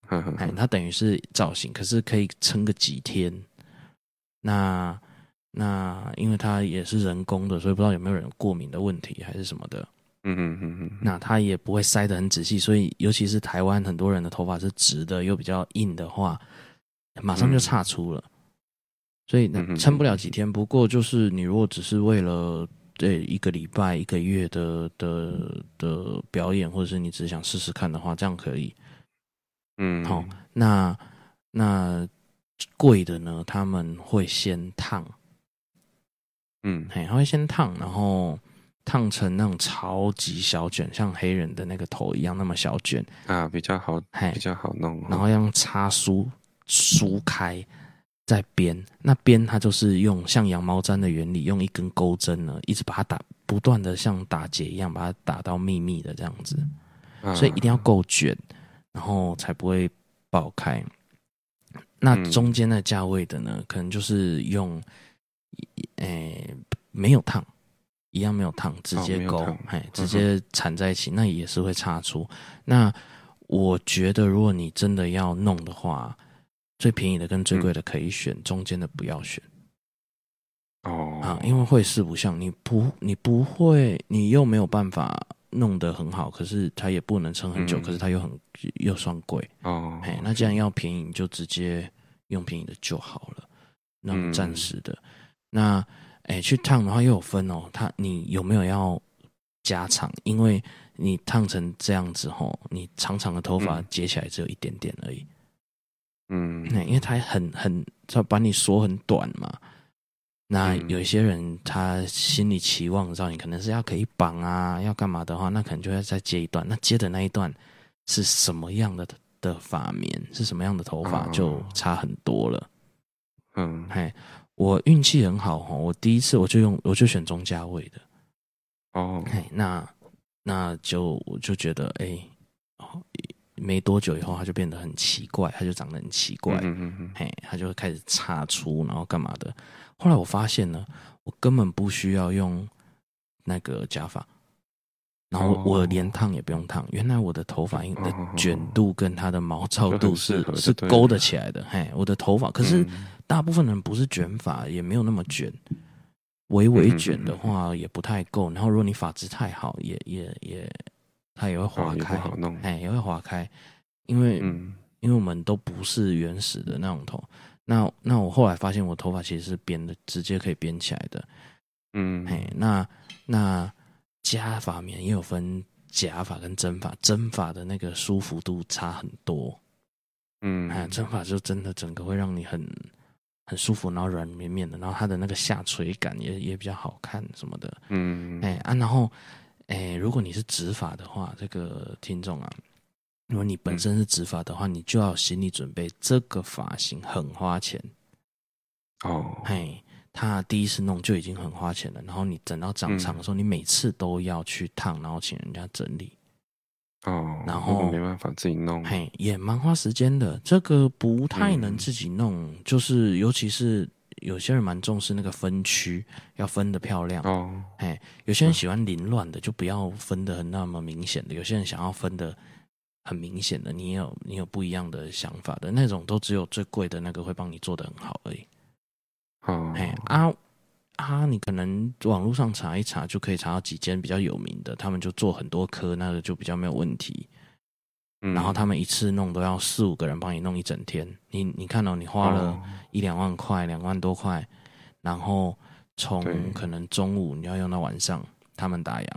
S3: 呵呵
S1: 哎，
S3: 呵，
S1: 它等于是造型，可是可以撑个几天。那那因为它也是人工的，所以不知道有没有人有过敏的问题还是什么的。
S3: 嗯嗯嗯嗯，
S1: 那它也不会塞得很仔细，所以尤其是台湾很多人的头发是直的又比较硬的话，马上就岔出了，所以那
S3: 嗯哼
S1: 撑不了几天。不过就是你如果只是为了这一个礼拜、一个月的的的表演，或者是你只想试试看的话，这样可以。
S3: 嗯，
S1: 好那那贵的呢，他们会先烫，
S3: 嗯，
S1: 嘿，他会先烫，然后烫成那种超级小卷，像黑人的那个头一样那么小卷。
S3: 啊，比较好，
S1: 嘿
S3: 比，较好弄哦，
S1: 然后要用擦梳梳开，再编。那编它就是用像羊毛毡的原理，用一根钩针呢，一直把它打，不断的像打结一样把它打到密密的这样子。
S3: 啊
S1: 所以一定要够卷，然后才不会爆开。那
S3: 嗯
S1: 中间的价位的呢，可能就是用，诶、没有烫，一样没有烫，直
S3: 哦
S1: 接
S3: 没有
S1: 勾
S3: 烫，
S1: 哎、直接缠在一起，那也是会擦出。那我觉得，如果你真的要弄的话，最便宜的跟最贵的可以选，中间的不要选。
S3: 哦
S1: 啊，因为会四不像，你不你不会，你又没有办法弄得很好，可是它也不能撑很久，
S3: 嗯
S1: 可是它又很又算贵，
S3: 哦，
S1: 哎、那既然要便宜，你就直接用便宜的就好了。那
S3: 嗯
S1: 种暂时的。那哎、去烫的话又有分哦，它你有没有要加长？因为你烫成这样子吼，你长长的头发
S3: 嗯
S1: 截起来只有一点点而已，
S3: 嗯
S1: 那、因为它很很它把你锁很短嘛。那
S3: 嗯
S1: 有一些人他心里期望到你可能是要可以绑啊，要干嘛的话，那可能就要再接一段。那接的那一段是什么样的的发棉，是什么样的头发，
S3: 哦
S1: 就差很多了。
S3: 嗯，
S1: 哎，我运气很好哈，我第一次我就用我就选中价位的，
S3: 哦，
S1: 哎，那那就我就觉得哎，哦没多久以后它就变得很奇怪，它就长得很奇怪，
S3: 嗯嗯嗯
S1: 嘿，它就会开始岔出，然后干嘛的。后来我发现呢，我根本不需要用那个假发，然后
S3: 哦
S1: 我连烫也不用烫。原来我的头发因
S3: 哦
S1: 的卷度跟它的毛躁
S3: 就
S1: 度
S3: 很适
S1: 是
S3: 合就是对
S1: 勾
S3: 了
S1: 得起来的。嘿，我的头发，可是
S3: 嗯
S1: 大部分人不是卷发，也没有那么卷。微微
S3: 嗯嗯
S1: 卷
S3: 嗯
S1: 的
S3: 嗯
S1: 话也不太够，然后如果你发质太好，也也也，它也会
S3: 哦
S1: 划
S3: 也不
S1: 开
S3: 好，弄
S1: 哎，也会划开，因为
S3: 嗯
S1: 因为我们都不是原始的那种头。那那我后来发现，我头发其实是编的，直接可以编起来的。
S3: 嗯
S1: 嘿，那那假发棉也有分假发跟真发，真发的那个舒服度差很多。
S3: 嗯
S1: 哎，真发就真的整个会让你很很舒服，然后软绵绵的，然后它的那个下垂感也也比较好看什么的。
S3: 嗯
S1: 哎啊，然后哎，如果你是植发的话，这个听众啊，如果你
S3: 嗯
S1: 本身是植发的话，你就要有心理准备，这个发型很花钱。
S3: 哦，
S1: 嘿，他第一次弄就已经很花钱了，然后你等到
S3: 嗯
S1: 长长的时候，你每次都要去烫，然后请人家整理，
S3: 哦，
S1: 然
S3: 我
S1: 后
S3: 们没办法自己弄，
S1: 嘿，也蛮花时间的。这个不太能
S3: 嗯
S1: 自己弄，就是尤其是有些人蛮重视那个分区，要分的漂亮。
S3: 哦，
S1: 哎，有些人喜欢凌乱的，就不要分的那么明显的；有些人想要分的很明显的，你也有你有不一样的想法的那种，都只有最贵的那个会帮你做的很好而已。
S3: 哦，
S1: 哎啊啊，你可能网络上查一查就可以查到几间比较有名的，他们就做很多颗，那个就比较没有问题。
S3: 嗯
S1: 然后他们一次弄都要四五个人帮你弄一整天，你你看到、你花了。
S3: 哦
S1: 一两万块、两万多块，然后从
S3: 对
S1: 可能中午你要用到晚上，他们打烊，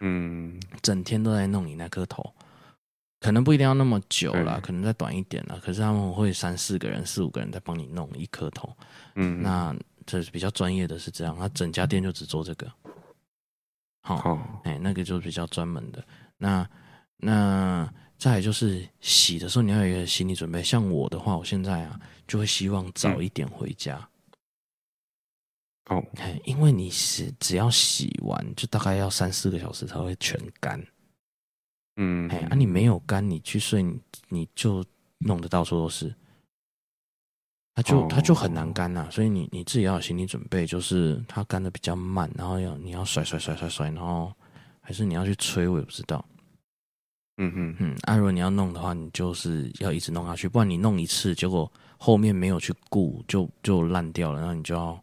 S3: 嗯
S1: 整天都在弄你那颗头，可能不一定要那么久啦，
S3: 对
S1: 可能再短一点啦，可是他们会三四个人、四五个人在帮你弄一颗头，
S3: 嗯，
S1: 那这是比较专业的是这样，他整家店就只做这个，好、
S3: 好，
S1: 哎，那个就是比较专门的。那那再来就是洗的时候，你要有一个心理准备。像我的话，我现在啊就会希望早一点回家，
S3: 哦，
S1: 哎、因为你是只要洗完，就大概要三四个小时才会全干。
S3: 嗯，
S1: 哎、啊，你没有干，你去睡，你你就弄得到处都是，它就
S3: 哦
S1: 它就很难干啦、所以你你自己要有心理准备，就是它干的比较慢，然后要你要甩甩甩甩甩，然后还是你要去吹，我也不知道。
S3: 嗯嗯
S1: 嗯，啊，如果你要弄的话，你就是要一直弄下去，不然你弄一次，结果后面没有去顾，就就烂掉了，然后你就要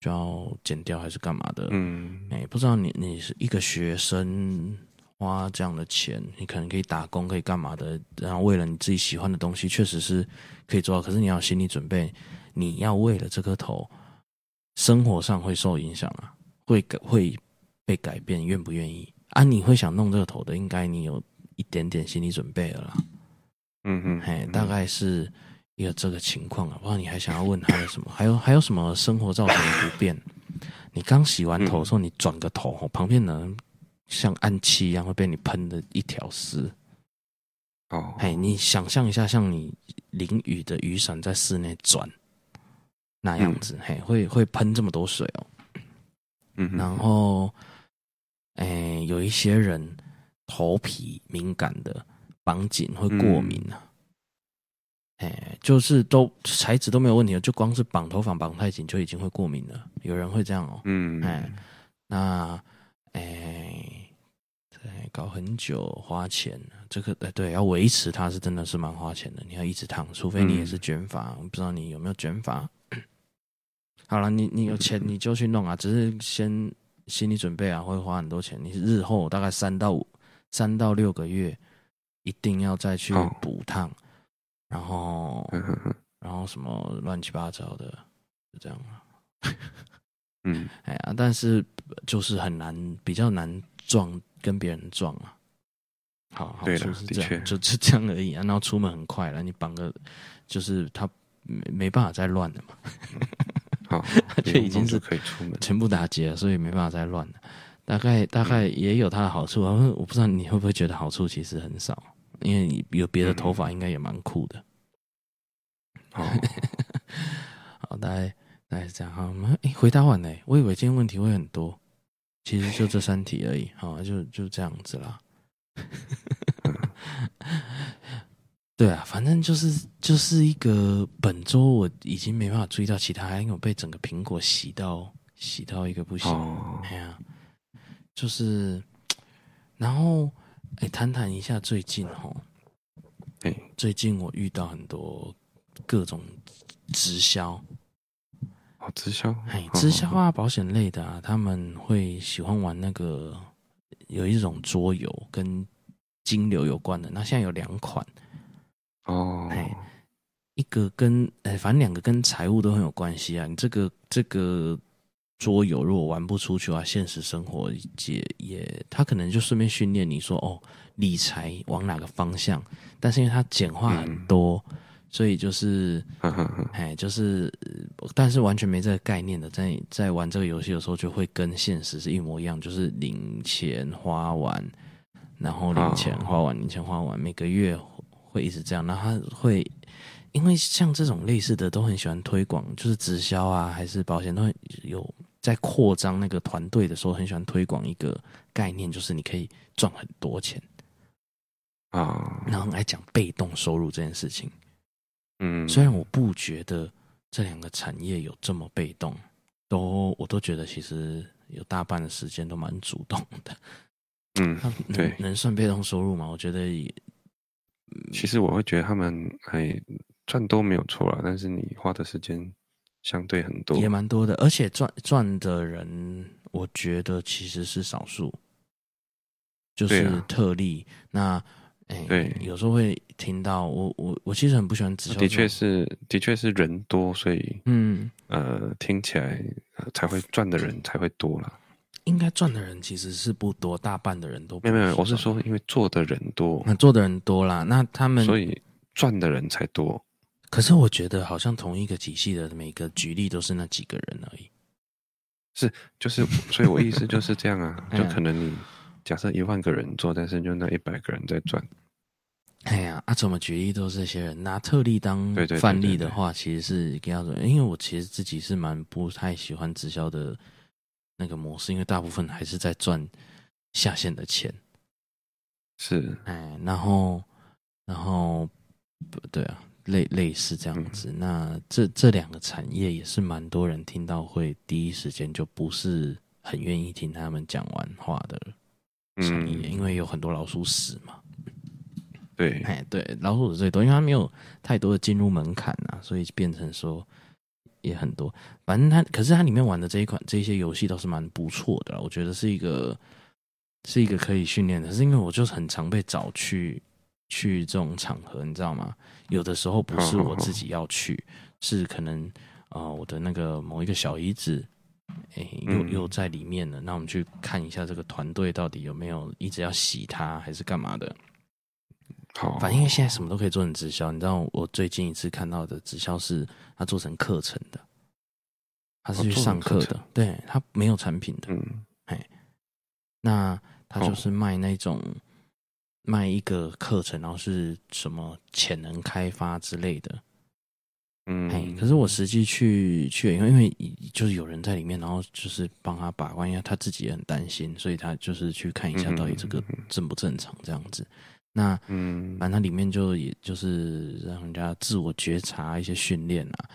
S1: 就要剪掉还是干嘛的？
S3: 嗯
S1: 哎、不知道你你是一个学生，花这样的钱，你可能可以打工，可以干嘛的？然后为了你自己喜欢的东西，确实是可以做到。可是你要有心理准备，你要为了这颗头，生活上会受影响啊，会改会被改变，愿不愿意啊？你会想弄这个头的，应该你有一点点心理准备了啦。
S3: 嗯嗯，
S1: 嘿，
S3: 嗯
S1: 大概是一个这个情况啊。不知道你还想要问他的什么？还有还有什么生活造成的不便？你刚洗完头的时候，你转个头，哦旁边的人像暗器一样会被你喷的一条丝。
S3: 哦，
S1: 嘿，你想象一下，像你淋雨的雨伞在室内转那样子，嘿，会会喷这么多水哦。
S3: 嗯哼，
S1: 然后，哎、有一些人头皮敏感的绑紧会过敏啊。
S3: 嗯
S1: 哎、就是都材质都没有问题了，就光是绑头发绑太紧就已经会过敏了。有人会这样哦。
S3: 嗯，
S1: 哎那，哎、对，搞很久花钱，这个呃对，要维持它是真的是蛮花钱的。你要一直烫，除非你也是卷发，我不知道你有没有卷发。好了，你你有钱你就去弄啊，只是先心理准备啊，会花很多钱。你日后大概三到五、三到六个月，一定要再去
S3: 哦
S1: 补烫，然后
S3: 嗯哼哼，
S1: 然后后什么乱七八糟的，就这样啊。
S3: 嗯，
S1: 哎呀，但是就是很难，比较难撞跟别人撞啊。好，好
S3: 对
S1: 处
S3: 啦
S1: 是
S3: 的
S1: 这
S3: 确
S1: 样，就就这样而已、啊。然 *laughs* 后出门很快了，你绑个就是他没没办法再乱了嘛， *laughs*
S3: 好，
S1: 就
S3: 不用
S1: 已经
S3: 动就是可以出门。
S1: 全部打结了，所以没办法再乱了。大概大概也有它的好处啊，我不知道你会不会觉得好处其实很少，因为你有
S3: 嗯
S1: 别的头发应该也蛮酷的。 *laughs*
S3: 好，
S1: 好，大概大概是这样。好，我们诶回答完了，我以为今天问题会很多，其实就这三题而已。好，就就这样子啦。 *laughs* 对啊，反正就是就是一个本周我已经没办法注意到其他，因为我被整个苹果洗到洗到一个不行。
S3: 哦，
S1: 哎呀，就是，然后哎，谈谈一下最近哈，
S3: 哎，
S1: 最近我遇到很多各种直销，
S3: 好直销，嗯
S1: 哎，
S3: 好
S1: 直销，啊，保险类的啊，他们会喜欢玩那个有一种桌游跟金流有关的，那现在有两款，
S3: 好哦，
S1: 哎一个跟哎，反正两个跟财务都很有关系啊。你这个这个桌游如果玩不出去啊，现实生活也也，他可能就顺便训练你说哦，理财往哪个方向，但是因为它简化很多，所以就是
S3: 哈哈哈，
S1: 哎，就是，呃但是完全没这个概念的，在在玩这个游戏的时候，就会跟现实是一模一样，就是零钱花完，然后零钱花完，零钱花完，每个月会一直这样。然后他会，因为像这种类似的都很喜欢推广，就是直销啊，还是保险，都很有在扩张那个团队的时候，很喜欢推广一个概念，就是你可以赚很多钱，
S3: 啊，
S1: 然后来讲被动收入这件事情。
S3: 嗯，
S1: 虽然我不觉得这两个产业有这么被动，都我都觉得其实有大半的时间都蛮主动
S3: *laughs*
S1: 的。
S3: 嗯，
S1: 它
S3: 对
S1: 能能算被动收入吗？我觉得也
S3: 其实我会觉得他们哎赚多没有错啦，但是你花的时间相对很多
S1: 也，蛮多的，而且赚赚的人，我觉得其实是少数，就
S3: 对
S1: 是
S3: 啊
S1: 特例。那哎，
S3: 对啊
S1: 有时候会听到我我我其实很不喜欢直销，
S3: 的确，是的确是人多，所以
S1: 嗯，
S3: 呃听起来、呃、才会赚的人才会多啦。
S1: 应该赚的人其实是不多，大半的人都不
S3: 没有没有，我是
S1: 赚
S3: 说因为做的人多，
S1: 那做的人多啦，那他们
S3: 所以赚的人才多。
S1: 可是我觉得好像同一个体系的每个举例都是那几个人而已。，
S3: 就是， *laughs* 所以我意思就是这样啊
S1: *laughs*
S3: 就可能你假设一万个人做，但是就那一百个人在赚，
S1: 哎呀，啊，怎么举例都是这些人？拿特例当
S3: 对对对
S1: 范例的话，其实是跟他说，因为我其实自己是蛮不太喜欢直销的那个模式，因为大部分还是在赚下线的钱。
S3: 是
S1: 哎，然后，然后，不对啊，类类似这样子。
S3: 嗯
S1: 那这这两个产业也是蛮多人听到会第一时间就不是很愿意听他们讲完话的产业，因
S3: 嗯，
S1: 为有很多老鼠屎嘛。
S3: 对，
S1: 哎，对，老鼠屎最多，因为它没有太多的进入门槛啊，所以变成说也很多。反正它，可是它里面玩的这一款这些游戏倒是蛮不错的啦，我觉得是一个是一个可以训练的。是因为我就是很常被找去去这种场合，你知道吗？有的时候
S3: 嗯
S1: 不是我自己要去，是可能呃我的那个某一个小姨子。哎，又
S3: 嗯
S1: 又在里面了。那我们去看一下这个团队到底有没有一直要洗他，还是干嘛的？
S3: 好，
S1: 反正因为现在什么都可以做成直销，你知道我最近一次看到的直销是它做成课程的，它是
S3: 哦
S1: 去
S3: 做成
S1: 上课
S3: 课
S1: 的，
S3: 程
S1: 对，它没有产品的。
S3: 嗯，
S1: 那它就
S3: 哦
S1: 是卖那种、卖一个课程，然后是什么潜能开发之类的。哎、
S3: 嗯，
S1: 可是我实际去去，因为因为就是有人在里面，然后就是帮他把关，因为他自己也很担心，所以他就是去看一下到底这个正不正常这样子。那
S3: 嗯，
S1: 反正它里面就也就是让人家自我觉察一些训练啊。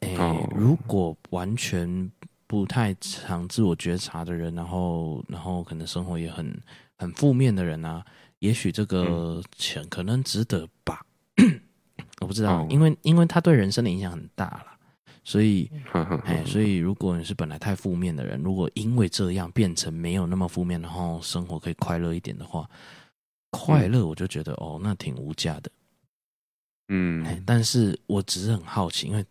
S1: 诶、
S3: 哦
S1: 如果完全不太常自我觉察的人，然后然后可能生活也很很负面的人啊，也许这
S3: 嗯
S1: 个钱可能值得吧。 *coughs* 我不知道，
S3: 哦
S1: 因为因为他对人生的影响很大啦，所以
S3: 哈哈，
S1: 哎，所以如果你是本来太负面的人，如果因为这样变成没有那么负面，然后生活可
S3: 嗯
S1: 以快乐一点的话，快乐我就觉得、哦，那挺无价的。哎
S3: 嗯，
S1: 但是我只是很好奇，因为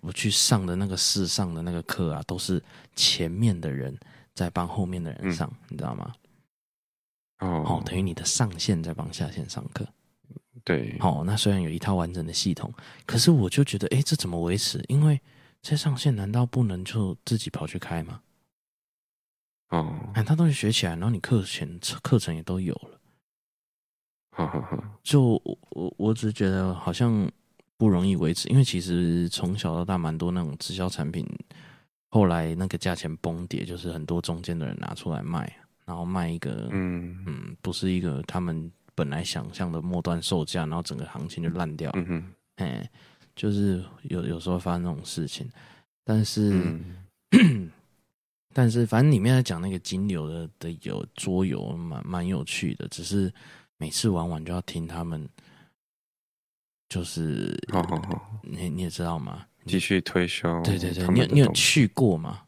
S1: 我去上的那个试上的那个课啊，都是前面的人在帮后面的人
S3: 嗯
S1: 上，你知道吗？哦
S3: 哦，，
S1: 等于你的上线在帮下线上课。
S3: 对，
S1: 哦，那虽然有一套完整的系统，可是我就觉得，哎，这怎么维持？因为这上线难道不能就自己跑去开吗？
S3: 哦，
S1: 哎，他东西学起来，然后你课前课程也都有了，
S3: 好好好，
S1: 就我我我只是觉得好像不容易维持，因为其实从小到大蛮多那种直销产品，后来那个价钱崩跌，就是很多中间的人拿出来卖，然后卖一个
S3: 嗯嗯
S1: 嗯，不是一个他们本来想象的末端售价，然后整个行情就烂掉了。
S3: 嗯
S1: 哎，就是有有时候发生这种事情，但是、
S3: 嗯
S1: 但是反正里面在讲那个金流的的有桌游蛮蛮有趣的，只是每次玩完就要听他们，就是
S3: 好好好，
S1: 你你也知道吗？
S3: 继续推销。
S1: 对对对，
S3: 他
S1: 你有
S3: 们的
S1: 你有
S3: 东西
S1: 去过吗？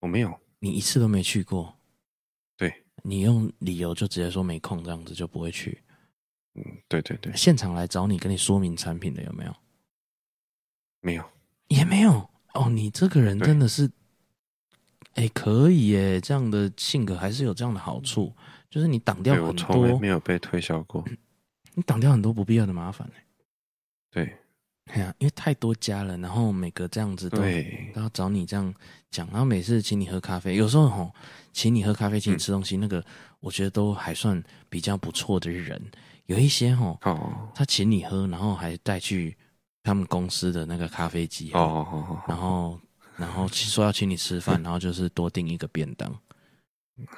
S3: 我没有，
S1: 你一次都没去过，
S3: 对，
S1: 你用理由就直接说没空，这样子就不会去。
S3: 嗯，对对对，
S1: 现场来找你跟你说明产品的有没有？
S3: 没有，
S1: 也没有哦，你这个人
S3: 对
S1: 真的是，哎、可以耶，这样的性格还是有这样的好处，就是你挡掉
S3: 对我
S1: 很
S3: 从来
S1: 多嗯
S3: 没，有被推销过。
S1: 你挡掉很多不必要的麻烦耶。
S3: 对
S1: 哎呀、因为太多家了，然后每个这样子都
S3: 对，
S1: 都要找你这样讲，然后每次请你喝咖啡，有时候吼，请你喝咖啡，请你
S3: 嗯
S1: 吃东西，那个我觉得都还算比较不错的人，有一些吼，
S3: 哦
S1: 他请你喝，然后还带去他们公司的那个咖啡机啊
S3: 哦，好好好
S1: 然后然后说要请你吃饭，然后就是多订一个便当。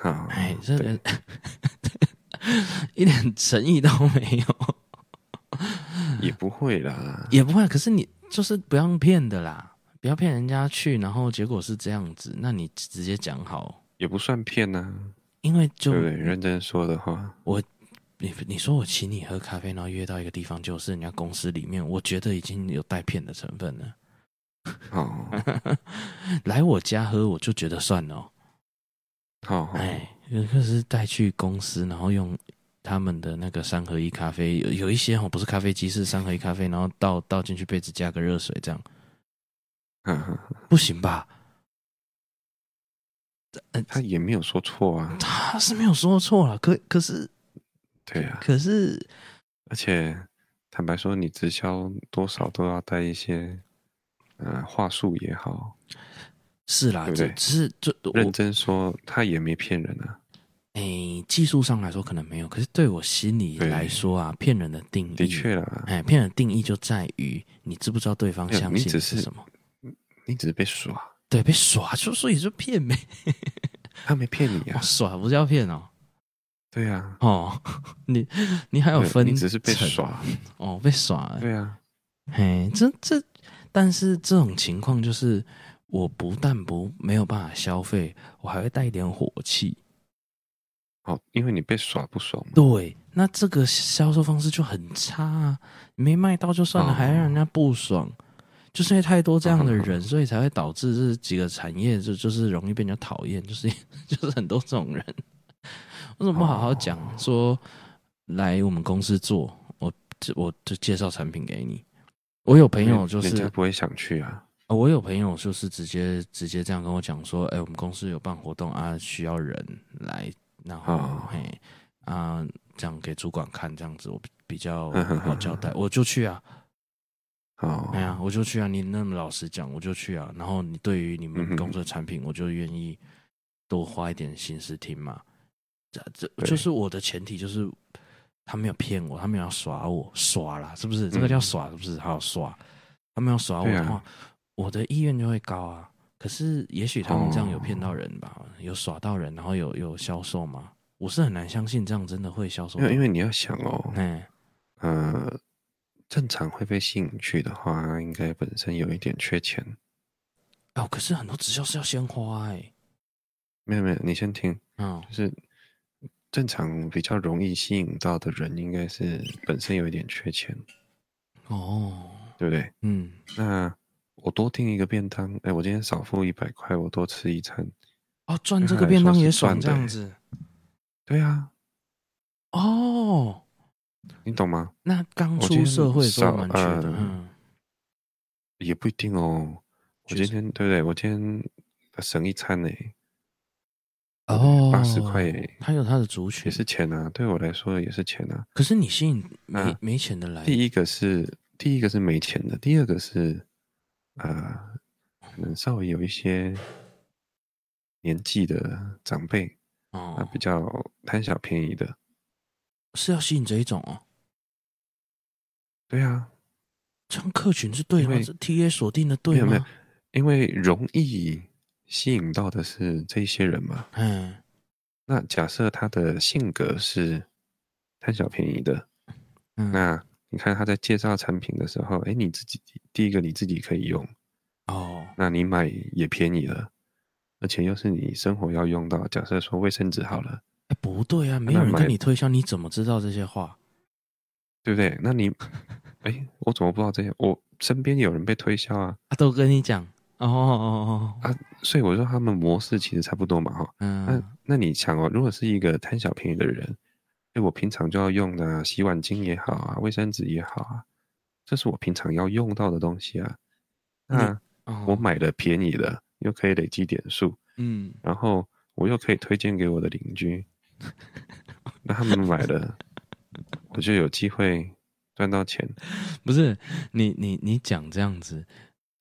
S3: 好，
S1: 哎，这
S3: 哦对
S1: 人 *laughs* 一点诚意都没有，
S3: 也不会啦，
S1: 也不会。可是你就是不要骗的啦，不要骗人家去，然后结果是这样子，那你直接讲好，
S3: 也不算骗呐，
S1: 因为
S3: 对
S1: 就
S3: 不对？认真说的话，
S1: 你你说我请你喝咖啡，然后约到一个地方，就是人家公司里面，我觉得已经有带骗的成分了。
S3: 好
S1: 哎来我家喝，我就觉得算了哦、
S3: 好好，
S1: 哎，有个是带去公司，然后用他们的那个三合一咖啡，有有一些哦，不是咖啡机，是三合一咖啡，然后倒倒进去杯子加个热水，这样
S3: 哈哈
S1: 不行吧？呃，
S3: 他也没有说错啊，
S1: 他是没有说错了，可可是
S3: 对啊，
S1: 可是
S3: 而且坦白说，你直销多少都要带一些，呃，话术也好，
S1: 是啦，
S3: 对不
S1: 这
S3: 对
S1: 只是这我
S3: 认真说，他也没骗人啊，
S1: 哎、技术上来说可能没有，可是对我心里
S3: 对
S1: 来说啊，骗人的定义
S3: 的确啦，
S1: 哎，骗人的定义就在于你知不知道对方
S3: 没有
S1: 相
S3: 你
S1: 信
S3: 只
S1: 是
S3: 是
S1: 什么？
S3: 你只是被耍，
S1: 对，被耍，就所以就骗呗，
S3: 他没骗你
S1: 哦
S3: 啊，
S1: 耍不是要骗哦。
S3: 对啊，
S1: 哦，你你还有
S3: 对
S1: 分
S3: 你只是被
S1: 层
S3: 耍，
S1: 哦，被耍了。
S3: 对啊，
S1: 嘿，这这，但是这种情况就是，我不但不没有办法消费，我还会带一点火气。
S3: 哦，因为你被耍不爽嘛，
S1: 对，那这个销售方式就很差啊，没卖到就算了，
S3: 哦
S1: 还让人家不爽。就是因为太多这样的人，所以才会导致这几个产业就就是容易被人家讨厌，就是 *laughs* 就是很多这种人。为什么不好好讲说来我们公司做，我我就介绍产品给你。我有朋
S3: 因为
S1: 友就是
S3: 哦人家不会想去啊，
S1: 呃我有朋友就是直接直接这样跟我讲说，哎、我们公司有办活动啊，需要人来，然后、
S3: 哦
S1: 嘿啊，这样给主管看，这样子我比比较好交代，
S3: 哦，
S1: 我就去啊，哎
S3: 哦，
S1: 呀，我就去啊，你那么老实讲，我就去啊，然后你对于你
S3: 嗯
S1: 们
S3: 哼
S1: 公司的产品，我就愿意多花一点心思听嘛，这这
S3: 对
S1: 就是我的前提，就是他没有骗我，他没有要耍我，耍啦，是不是？这个叫耍，是不是？好耍，他没有耍我
S3: 嗯对啊
S1: 的话，我的意愿就会高啊。可是，也许他们这样
S3: 哦
S1: 有骗到人吧，有耍到人，然后有有销售嘛？我是很难相信这样真的会销售
S3: 因
S1: 到。
S3: 为因为你要想哦，
S1: 哎，
S3: 呃，正常会被吸引去的话，应该本身有一点缺钱。
S1: 哦，可是很多直销是要鲜花哎、
S3: 没有没有，你先听，
S1: 嗯，
S3: 就是正常比较容易吸引到的人，应该是本身有一点缺钱，
S1: 哦，
S3: 对不对？
S1: 嗯。
S3: 那我多订一个便当，哎，我今天少付一百块，我多吃一餐，
S1: 哦，赚
S3: 对
S1: 这
S3: 他
S1: 个
S3: 来
S1: 便
S3: 说
S1: 当
S3: 是
S1: 也
S3: 赚
S1: 爽
S3: 的
S1: 这样
S3: 欸
S1: 子
S3: 对啊，
S1: 哦。
S3: 你懂吗？
S1: 那刚
S3: 我今
S1: 出
S3: 天
S1: 社会的时候
S3: 少
S1: 蛮缺的，
S3: 呃
S1: 嗯，
S3: 也不一定哦。我
S1: 确
S3: 今
S1: 实
S3: 天对不对？我今天省一餐呢、
S1: 哦，
S3: 80块耶
S1: 他有他的族群
S3: 也，是钱啊，对我来说也是钱啊。
S1: 可是你吸引没
S3: 那
S1: 没钱的来，
S3: 啊第一个是第一个是没钱的，第二个是呃，可能稍微有一些年纪的长辈，他
S1: 哦
S3: 比，较贪小便宜的。
S1: 是要吸引这一种哦，
S3: 对啊，
S1: 这样客群是对
S3: 因
S1: 吗
S3: 为
S1: ？T A 锁定的
S3: 没
S1: 对
S3: 有没有
S1: 吗？，
S3: 因为容易吸引到的是这一些人嘛。
S1: 嗯，
S3: 那假设他的性格是贪小便宜的，
S1: 嗯
S3: 那你看他在介绍产品的时候，哎，你自己第一个你自己可以用，
S1: 哦，
S3: 那你买也便宜了，而且又是你生活要用到。假设说卫生纸好了，
S1: 哎，不对啊，没有
S3: 那
S1: 人
S3: 买
S1: 跟你推销，你怎么知道这些话？
S3: 对不对？那你，哎，我怎么不知道这些？我身边有人被推销啊，
S1: 啊，都跟你讲哦哦哦哦，
S3: 所以我说他们模式其实差不多嘛，哈。那
S1: 嗯，
S3: 那你想哦，如果是一个贪小便宜的人，哎，我平常就要用的啊、洗碗巾也好啊，卫生纸也好啊，这是我平常要用到的东西啊。
S1: 那
S3: 那
S1: 哦
S3: 我买了便宜的，又可以累积点数，
S1: 嗯，
S3: 然后我又可以推荐给我的邻
S1: *laughs*
S3: 居，那他们买了，我就有机会赚到钱。
S1: 不是你你你讲这样子，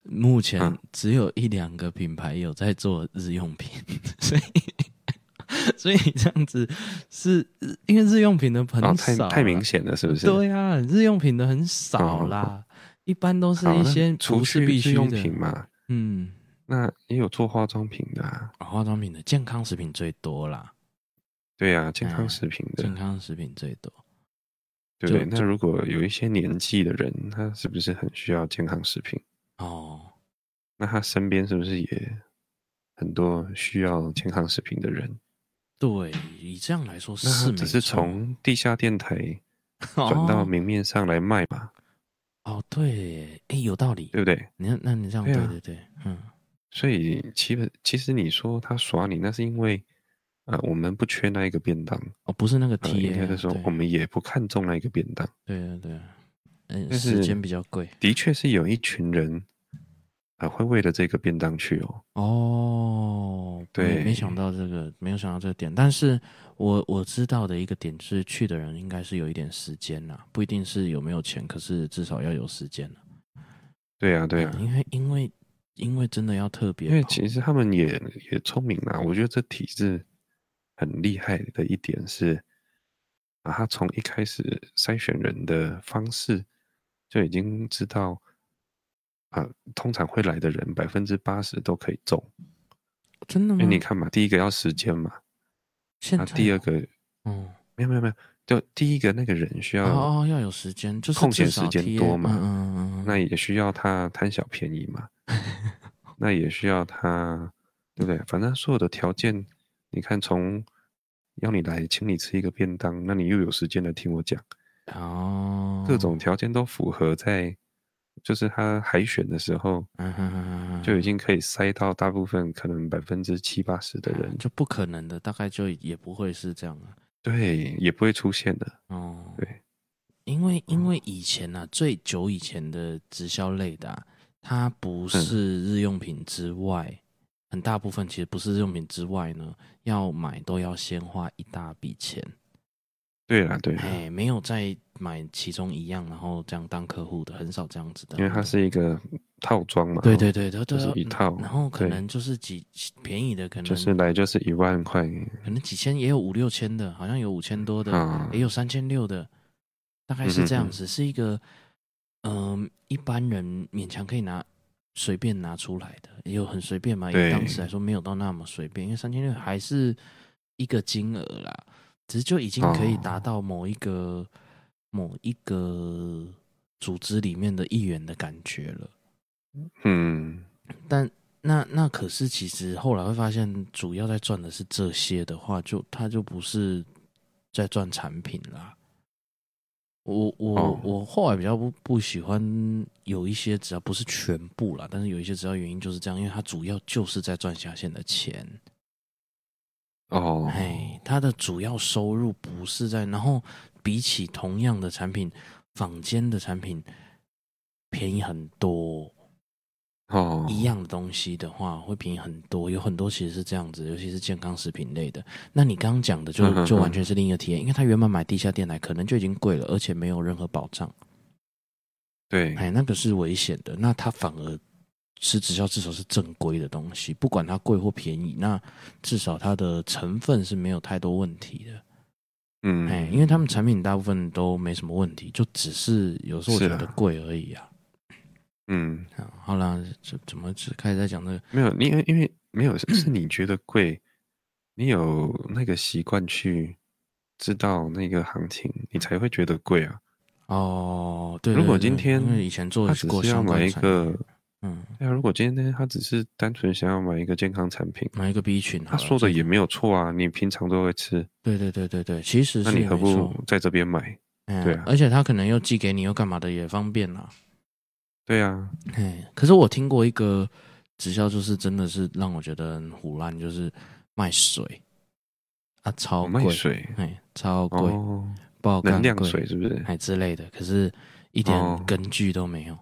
S1: 目前
S3: 嗯
S1: 只有一两个品牌有在做日用品， *laughs* 所以所以这样子是因为日用品的很
S3: 然后啊太
S1: 少啦、啊
S3: 太明显了，是不是？
S1: 对啊，日用品的很少啦，一般都是
S3: 好，
S1: 一
S3: 那
S1: 些
S3: 除
S1: 不是
S3: 去
S1: 必
S3: 日
S1: 须
S3: 用
S1: 的，
S3: 品嘛，
S1: 嗯，
S3: 那也有做化妆品的、啊，
S1: 啊化妆品的健康食品最多啦，
S3: 对啊，健
S1: 嗯
S3: 康食品的，
S1: 健康食品最多。
S3: 对不对？
S1: 就
S3: 那如果有一些年纪的人，他是不是很需要健康食品？
S1: 哦，
S3: 那他身边是不是也很多需要健康食品的人？
S1: 对，以这样来说
S3: 那
S1: 是
S3: 他
S1: 没
S3: 只是
S1: 错
S3: 从地下电台转到明面上来卖嘛，
S1: 哦哦，对耶，哎，有道理。
S3: 对不对？
S1: 你看，那你这样
S3: 对
S1: 对
S3: 啊
S1: 对对，嗯，
S3: 所以其实其实你说他耍你，那是因为啊、呃我们不缺那一个便当，
S1: 哦，不是那个
S3: 呃
S1: T
S3: 应该
S1: A，、
S3: 是说我们也不看重那一个便当。
S1: 对对对，嗯、
S3: 但
S1: 时
S3: 是
S1: 间比较贵
S3: 的确是有一群人啊、呃会为了这个便当去哦。
S1: 哦。没
S3: 对
S1: 没想到这个，没有想到这个点。但是我我知道的一个点是，去的人应该是有一点时间啦，不一定是有没有钱，可是至少要有时间啦。
S3: 对啊，对啊，
S1: 因为因为因为真的要特别
S3: 因为
S1: 跑，
S3: 其实他们也也聪明啦。我觉得这体制很厉害的一点是，啊，他从一开始筛选人的方式就已经知道，啊，通常会来的人百分之八十都可以中。
S1: 真的
S3: 因
S1: 吗？
S3: 为你看嘛，第一个要时间嘛，
S1: 现
S3: 那
S1: 在
S3: 第二个
S1: 嗯
S3: 没有没有没有，就第一个那个人需要，
S1: 哦哦要有时间，就是
S3: 空闲
S1: 至少
S3: 时间
S1: TA
S3: 多嘛
S1: 嗯嗯嗯嗯，
S3: 那也需要他贪小便宜
S1: *laughs*
S3: 嘛，那也需要他，对不对？反正所有的条件，你看从要你来请你吃一个便当，那你又有时间来听我讲，
S1: 哦
S3: 各种条件都符合在，就是他海选的时候
S1: 嗯哼哼哼哼
S3: 就已经可以塞到大部分可能百分之七八十的人，
S1: 就不可能的，大概就也不会是这样了、
S3: 对，也不会出现的，
S1: 哦，
S3: 对，嗯
S1: 因为因为以前啊，最久以前的直销类的、啊，它
S3: 嗯
S1: 不是日用品之外，很大部分其实不是日用品之外呢，要买都要先花一大笔钱，
S3: 对啦对啦，啊
S1: 哎，没有再买其中一样，然后这样当客户的很少这样子的，啊
S3: 因为它是一个套装嘛，
S1: 对对对对对，
S3: 就是一套
S1: 然后可
S3: 对
S1: 能嗯就是几便宜的，可能
S3: 就是来就是一万块
S1: 可能几千也有五六千的，好像有五千多的，
S3: 啊
S1: 也，有三千六的，大概是这
S3: 嗯
S1: 样子，是一个嗯、一般人勉强可以拿随便拿出来的，也有很随便嘛。
S3: 对
S1: 以当时来说，没有到那么随便，因为三千六还是一个金额啦，只是就已经可以
S3: 哦
S1: 达到某一个、某一个组织里面的一员的感觉了。
S3: 嗯，
S1: 但那那可是，其实后来会发现，主要在赚的是这些的话，就它就不是在赚产品啦。我我、
S3: 哦
S1: 我后来比较不不喜欢有一些，只要不是全部啦，但是有一些只要原因就是这样，因为它主要就是在赚下线的钱。
S3: 哦，
S1: 哎，它的主要收入不是在，然后比起同样的产品，坊间的产品便宜很多。
S3: 哦，
S1: 一样的东西的话，会便宜很多。有很多其实是这样子，尤其是健康食品类的。那你刚刚讲的就
S3: 嗯嗯嗯
S1: 就完全是另一个体验，因为他原本买地下电台可能就已经贵了，而且没有任何保障，
S3: 对，
S1: 哎，那个是危险的。那他反而吃直销至少是正规的东西，不管它贵或便宜，那至少它的成分是没有太多问题的。
S3: 嗯，
S1: 哎，因为他们产品大部分都没什么问题，就只是有时候我
S3: 是
S1: 觉
S3: 啊
S1: 得贵而已啊。
S3: 嗯，
S1: 啊好啦，这怎么只开始在讲这个？
S3: 没有，因为因为没有是是你觉得贵，你有那个习惯去知道那个行情，你才会觉得贵啊。
S1: 哦，对。
S3: 如
S1: 对
S3: 果
S1: 对
S3: 今天
S1: 因为以前做
S3: 他
S1: 的
S3: 只
S1: 过
S3: 是要
S1: 相关
S3: 买一
S1: 的产业
S3: 个，
S1: 嗯，
S3: 对啊，如果今天他只是单纯想要买一个健康产品，
S1: 买一个 B 群好
S3: 他
S1: 了，
S3: 说的
S1: 这
S3: 也没有错啊，你平常都会吃，
S1: 对对对对对，其实
S3: 那
S1: 是
S3: 你何
S1: 没错
S3: 不，在这边买？
S1: 嗯
S3: 对啊
S1: 而且他可能又寄给你又干嘛的也方便啦，
S3: 对啊，
S1: 哎，可是我听过一个直销，就是真的是让我觉得很胡乱，就是卖水啊，超
S3: 哦卖
S1: 贵，
S3: 水
S1: 哎，超贵，
S3: 哦，
S1: 不好
S3: 能
S1: 干
S3: 量
S1: 贵
S3: 水是不是？
S1: 哎之类的，可是一
S3: 哦
S1: 点根据都没有。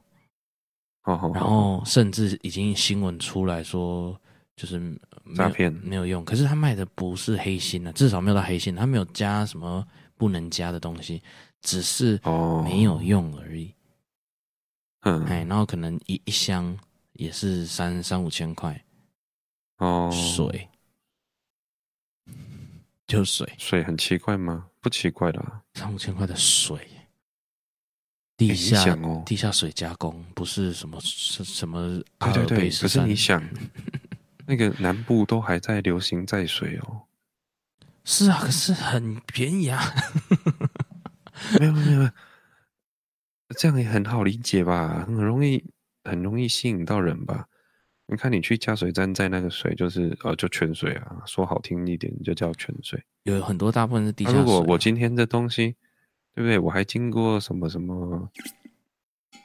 S3: 哦，好
S1: 然
S3: 好
S1: 后甚至已经新闻出来说，就是没有
S3: 诈骗
S1: 没有用。可是他卖的不是黑心啊，至少没有到黑心，他没有加什么不能加的东西，只是
S3: 哦，
S1: 没有用而已。哎、
S3: 嗯，
S1: 然后可能一一箱也是三三五千块，
S3: 哦，
S1: 水就水
S3: 水很奇怪吗？不奇怪啦，
S1: 三五千块的水，
S3: 哎
S1: 地
S3: 你
S1: 下
S3: 想哦，
S1: 地下水加工不是什么什什么阿
S3: 对对
S1: 尔
S3: 对，
S1: 卑斯
S3: 可是
S1: 山
S3: 你想，那个南部都还在流行在水哦， *laughs*
S1: 是啊，可是很便宜啊。
S3: 没有没有没有，这样也很好理解吧？很容易很容易吸引到人吧？你看你去加水站在那个水就是呃就泉水啊，说好听一点就叫泉水。
S1: 有很多大部分是地
S3: 那、
S1: 下水。啊
S3: 啊如果我今天这东西，对不对？我还经过什么什么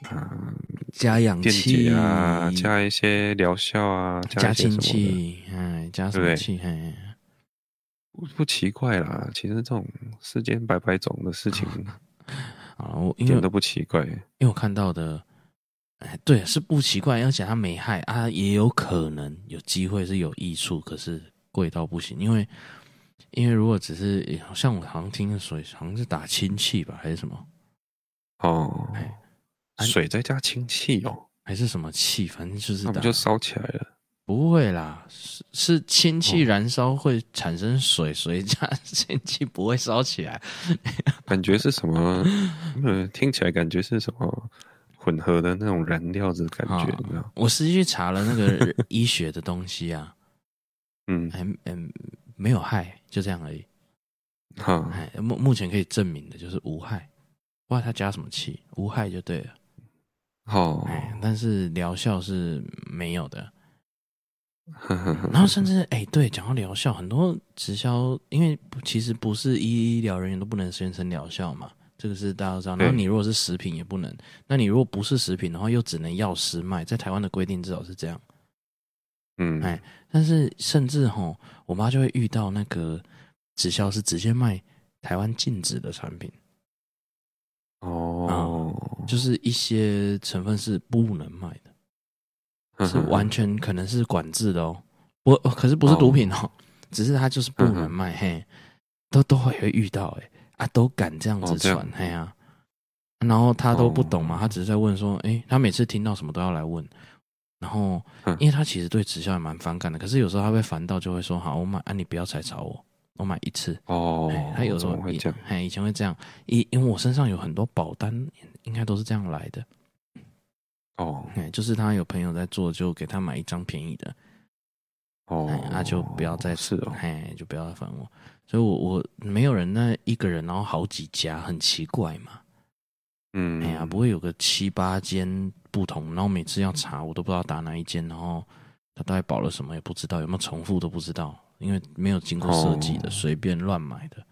S3: 啊、
S1: 加氧
S3: 电
S1: 气
S3: 解啊，加一些疗效啊，
S1: 加
S3: 一些什么
S1: 氢
S3: 的，
S1: 气，哎，加什
S3: 对不
S1: 么
S3: 对
S1: 气？哎，
S3: 不不奇怪啦。其实这种世间百百种的事情，
S1: 啊，我
S3: 一
S1: 因为
S3: 点都不奇怪。
S1: 因为我看到的，哎，对，是不奇怪，而且它没害啊，也有可能有机会是有益处，可是贵到不行，因为因为如果只是哎好像我好像听水好像是打氢气吧，还是什么，
S3: 哦，
S1: 哎，啊
S3: 水再加氢气哦，
S1: 还是什么气，反正就是
S3: 那不
S1: 打
S3: 就烧起来了？
S1: 不会啦，是是氢气
S3: 哦
S1: 燃烧会产生水，水加 *laughs* 氢气不会烧起来。
S3: 感觉是什
S1: *laughs*
S3: 么？嗯，听起来感觉是什么混合的那种燃料的感觉，
S1: 哦
S3: 你知道？
S1: 我实际去查了那个医学的东西啊，
S3: 嗯，
S1: 哎嗯，没有害，就这样而已。
S3: 哈，
S1: 哎，目目前可以证明的就是无害，不知道它加什么气，无害就对了。
S3: 好，
S1: 哎，但是疗效是没有的。
S3: 呵呵呵
S1: 然后甚至哎，对，讲到疗效，很多直销，因为不其实不是医疗人员都不能宣称疗效嘛，这个是大家都知道。
S3: 对
S1: 然后你如果是食品也不能，那你如果不是食品的话，又只能药师卖，在台湾的规定至少是这样。
S3: 嗯，
S1: 哎但是甚至吼，我妈就会遇到那个直销是直接卖台湾禁止的产品，啊
S3: 哦，
S1: 就是一些成分是不能卖的。
S3: 呵
S1: 是
S3: 呵
S1: 完全可能是管制的哦。不，呃可是不是毒品哦， *laughs* 只是它就是不
S3: 嗯
S1: 能卖，嘿，都都会会遇到哎、啊，都敢这样
S3: 哦
S1: 子
S3: 这样
S1: 传，嘿啊。然后他都不懂嘛，
S3: 哦
S1: 他只是在问说，哎、他每次听到什么都要来问，然后
S3: 嗯
S1: 因为他其实对直销也蛮反感的，可是有时候他会烦到就会说，好，我买啊，你不要再找我，我买一次，
S3: 哦
S1: 哎，他有时
S3: 怎
S1: 候
S3: 么会
S1: 以
S3: 这样？
S1: 哎，以前会这样，因因为我身上有很多保单，应该都是这样来的，
S3: 哦
S1: 哎，就是他有朋友在做，就给他买一张便宜的，哎
S3: 哦，
S1: 那、就不要再
S3: 是哦，
S1: 哎，就不要再烦我。所以我，我没有人那一个人，然后好几家，很奇怪嘛。
S3: 嗯，
S1: 哎呀，不会有个七八间不同，然后每次要查，我都不知道打哪一间，然后他到底保了什么也不知道，有没有重复都不知道，因为没有经过设计的，
S3: 哦
S1: 随便乱买的。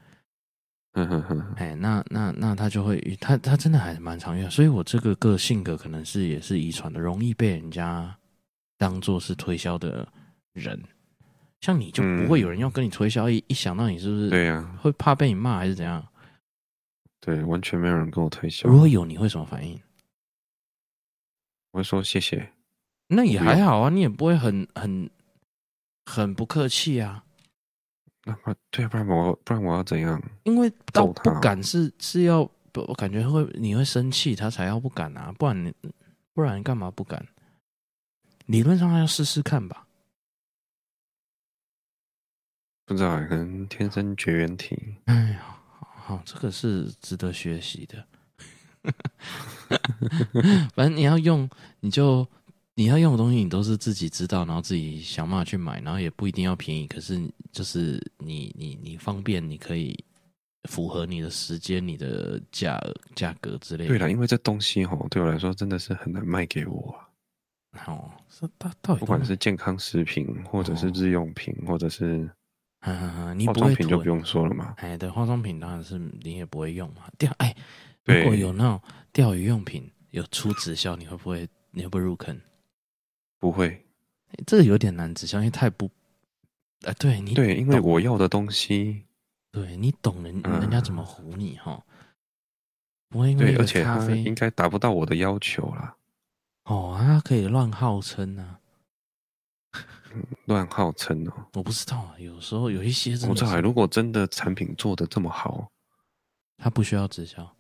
S3: 呵呵呵，
S1: 哎，那那那他就会，他他真的还蛮常遇到，所以我这个个性格可能是也是遗传的，容易被人家当做是推销的人。像你就不会有人要跟你推销，一一想到你是不是
S3: 对呀，
S1: 会怕被你骂还是怎样？
S3: 对，完全没有人跟我推销。
S1: 如果有，你会什么反应？
S3: 我会说谢谢，
S1: 那也
S3: 不
S1: 还
S3: 用
S1: 好啊，你也不会很很很不客气啊，
S3: 那不然对，不然我不然我要怎样？
S1: 因为到
S3: 揍他
S1: 不敢是是要，不我感觉会你会生气，他才要不敢啊，不然你不然你干嘛不敢？理论上他要试试看吧，
S3: 不知道欸，可能天生绝缘体。
S1: 哎呀，好，这个是值得学习的。 *laughs* 反正你要用，你就你要用的东西，你都是自己知道，然后自己想办法去买，然后也不一定要便宜，可是就是你你你方便，你可以符合你的时间、你的价价格之类
S3: 对
S1: 的。
S3: 了，因为这东西吼，对我来说真的是很难卖给我啊、
S1: 哦，这到到底
S3: 不管是健康食品，或者是
S1: 哦
S3: 日用品，或者是
S1: 嗯嗯嗯，你
S3: 化
S1: 不
S3: 妆
S1: 会
S3: 品就
S1: 囤
S3: 不用说了嘛。
S1: 哎，对，化妆品当然是你也不会用嘛。钓哎，
S3: 对
S1: 如果有那种钓鱼用品有出直销，你会不会你会不会入坑？
S3: 不会，
S1: 哎这个有点难直销，因为太不啊，对你
S3: 对，因为
S1: 懂
S3: 我要的东西，
S1: 对你懂人
S3: 嗯
S1: 人家怎么唬你哈、不会因为
S3: 对
S1: 一，个
S3: 而且
S1: 咖
S3: 它应
S1: 啡
S3: 该达不到我的要求啦，
S1: 哦，他可以乱号称啊，
S3: 乱号称哦。
S1: 我不知道啊，有时候有一些真
S3: 我
S1: 的
S3: 知道欸，
S1: 是
S3: 如果真的产品做的这么好，
S1: 他不需要直销，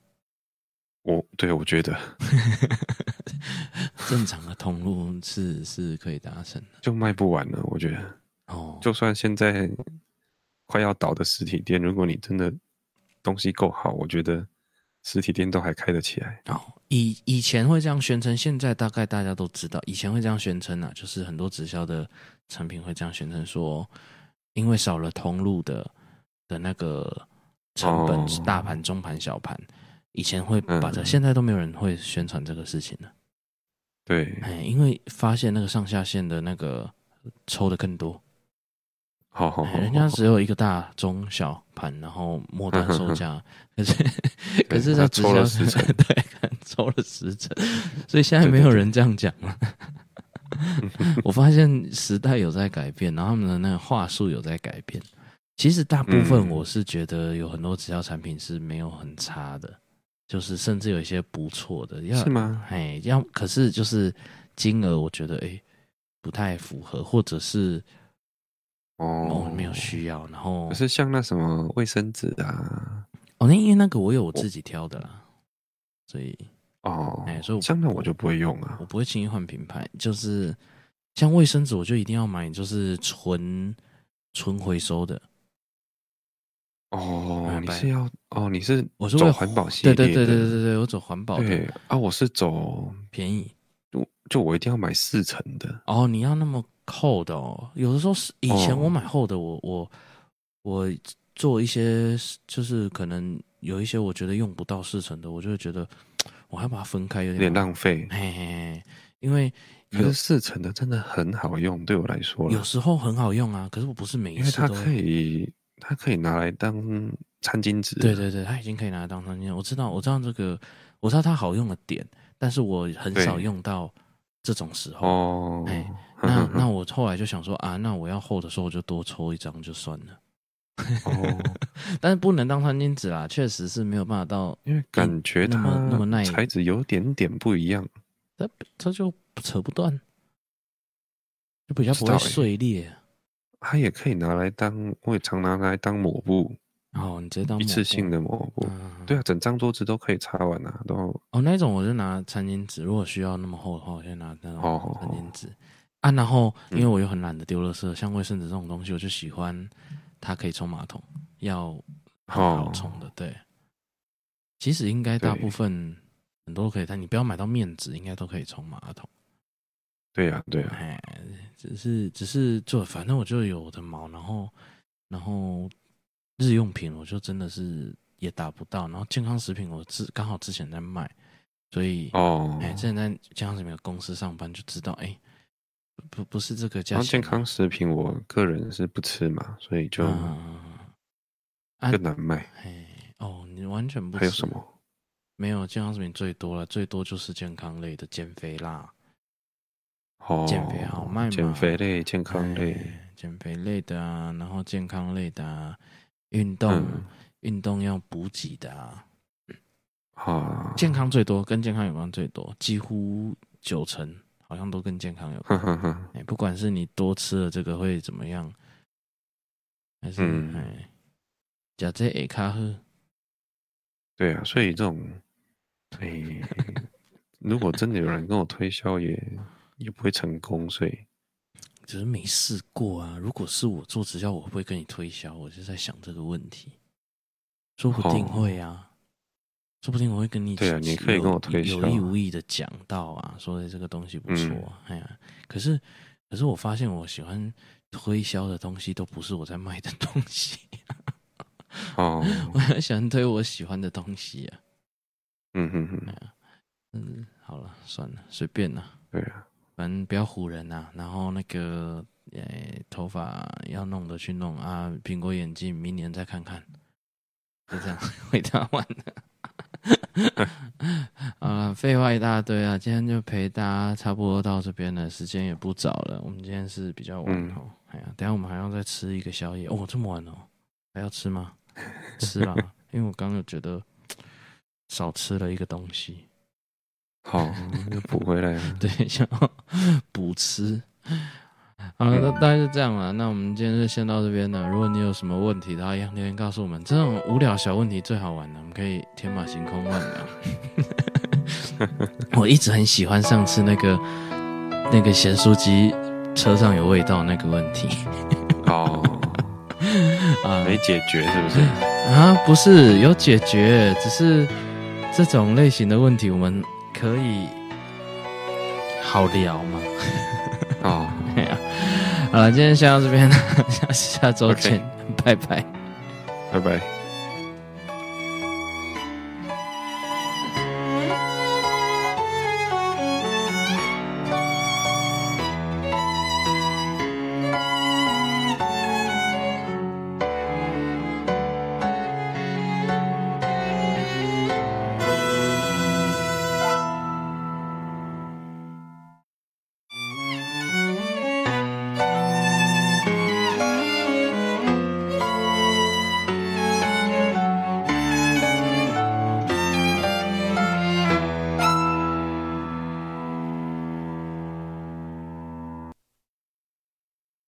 S3: 我对我觉得 *laughs*
S1: 正常的通路是是可以达成的
S3: 就卖不完了。我觉得，
S1: 哦。
S3: 就算现在快要倒的实体店，如果你真的东西够好，我觉得实体店都还开得起来。
S1: 哦，以以前会这样宣称，现在大概大家都知道，以前会这样宣称啊，就是很多直销的产品会这样宣称说，因为少了通路的的那个成本，
S3: 哦
S1: 大盘、中盘、小盘，以前会把这，
S3: 嗯
S1: 现在都没有人会宣传这个事情了，
S3: 对，
S1: 哎，因为发现那个上下线的那个抽的更多，
S3: 好好
S1: 哎
S3: 好，
S1: 人家
S3: 好
S1: 只有一个大、中、小盘，然后末端
S3: *laughs*
S1: 售价，可是可是
S3: 对他
S1: 直
S3: 抽
S1: 销
S3: 了
S1: 是
S3: 10成
S1: 对，抽了十成，所以现在没有人这样讲了。 *laughs* 我发现时代有在改变，然后他们的那个话术有在改变。其实大部分
S3: 嗯
S1: 我是觉得有很多直销产品是没有很差的，就是甚至有一些不错的， *laughs* 要
S3: 是吗？
S1: 哎，要可是就是金额，我觉得哎不太符合，或者是
S3: 哦
S1: 哦，没有需要，然后
S3: 可是像那什么卫生纸啊，
S1: 哦，那因为那个我有我自己挑的啦，所以
S3: 哦，
S1: 哎所以我
S3: 像那我就不会用啊
S1: 我。不会轻易换品牌。就是像卫生纸，我就一定要买，就是纯纯回收的。
S3: 哦
S1: 哎，
S3: 你
S1: 白
S3: 是要哦，你是
S1: 我是为
S3: 走
S1: 了
S3: 环保系
S1: 对
S3: 列
S1: 对对对对
S3: 的
S1: 对，对我哦走环保的，
S3: 对啊，我是走
S1: 便宜。
S3: 就就我一定要买四层的，
S1: 哦，你要那么厚的哦？有的时候是以前
S3: 哦
S1: 我买厚的，我我我做一些就是可能有一些我觉得用不到四成的，我就会觉得我还把它分开，有
S3: 有点
S1: 点麻
S3: 浪费。
S1: 嘿嘿嘿，因为
S3: 可是四层的真的很好用，对我来说啦
S1: 有时候很好用啊，可是我不是每一
S3: 因为
S1: 次
S3: 它
S1: 都会
S3: 可以，它可以拿来当餐巾纸。啊
S1: 对对对，它已经可以拿来当餐巾。我知道，我知道这个，我知道它好用的点，但是我很少
S3: 对
S1: 用到这种时候。
S3: 哦，
S1: 哎
S3: 呵
S1: 那
S3: 呵呵
S1: 那我后来就想说啊，那我要厚的时候我就多抽一张就算了，
S3: 哦，
S1: *laughs* 但是不能当餐巾纸啦，确实是没有办法到，
S3: 因为 *laughs* 感觉
S1: 那么那么耐
S3: 它材质有点点不一样。
S1: 这这就扯不断，就比较不
S3: 不知道
S1: 会
S3: 欸
S1: 碎裂。
S3: 它也可以拿来当，我也常拿来当抹布，
S1: 哦，你直接当
S3: 一次性
S1: 的，
S3: 的抹布。
S1: 嗯、
S3: 对啊，整张桌子都可以擦完啊，都
S1: 哦，那一种我就拿餐巾纸，如果需要那么厚的话，我就拿那种
S3: 哦
S1: 餐巾纸啊。然后因
S3: 嗯
S1: 为我又很懒得丢垃圾，像卫生纸这种东西，我就喜欢它可以冲马桶，要很好
S3: 哦
S1: 冲的。对，其实应该
S3: 对
S1: 大部分很多都可以，但你不要买到面纸，应该都可以冲马桶。
S3: 对啊，对啊，
S1: 哎，只是只是就反正我就有我的毛，然后然后日用品我就真的是也达不到，然后健康食品我之刚好之前在卖，所以
S3: 哦，
S1: 哎，之前在健康食品的公司上班就知道，哎，不不是这个价
S3: 然
S1: 钱
S3: 后健
S1: 啊、
S3: 康食品我个人是不吃嘛，所以就
S1: 嗯啊
S3: 更难卖。
S1: 哎哦，你完全不
S3: 还有
S1: 吃
S3: 什么？
S1: 没有健康食品最多了，最多就是健康类的减肥啦，
S3: 哦，
S1: 减肥好卖嘛
S3: 减肥类、健康类，
S1: 哎减肥类的啊，然后健康类的啊，运动、
S3: 嗯
S1: 运动要补给的啊，
S3: 啊，
S1: 健康最多，跟健康有关最多，几乎九成好像都跟健康有关。
S3: 哈哈哈，
S1: 哎、不管是你多吃了这个会怎么样，还是
S3: 嗯
S1: 哎，假这也卡喝，
S3: 对啊，所以这种，哎、如果真的有人跟我推销也，也不会成功，所以
S1: 只是没试过啊。如果是我做直销，我会不会跟你推销？我就在想这个问题，说不定
S3: 哦
S1: 会啊，说不定我会跟你
S3: 对啊你可以
S1: 有
S3: 跟我推销啊嗯
S1: 有意无意的讲到啊，说这个东西不错、啊，哎呀，可是可是我发现我喜欢推销的东西都不是我在卖的东西， *laughs*
S3: 哦，
S1: 我很喜欢推我喜欢的东西啊。
S3: 嗯哼哼，
S1: 嗯，好了，算了，随便啦。
S3: 对啊，
S1: 反正不要唬人呐、然后那个，呃、头发要弄的去弄啊，苹果眼镜明年再看看，就这样 *laughs* 回答完了。 *laughs* 啊，废话一大堆啊！今天就陪大家差不多到这边了，时间也不早了。我们今天是比较晚
S3: 嗯
S1: 哦，哎呀，等一下我们还要再吃一个宵夜哦，这么晚哦，还要吃吗？吃
S3: *laughs*
S1: 啦，因为我刚刚有觉得少吃了一个东西。
S3: 好，又补回来了，
S1: *laughs* 对，想要补吃。好了，那大概是这样了。那我们今天就先到这边了。如果你有什么问题的话，一样留言告诉我们。这种无聊小问题最好玩了，我们可以天马行空乱聊。 *laughs* 我一直很喜欢上次那个那个咸酥鸡车上有味道那个问题
S3: 哦，
S1: 啊
S3: 没解决是不是？
S1: 啊，不是有解决，只是这种类型的问题我们可以好聊嘛。
S3: 哦，
S1: 对啊， *laughs* 好了，今天先到这边，下下周见拜拜。
S3: 拜拜。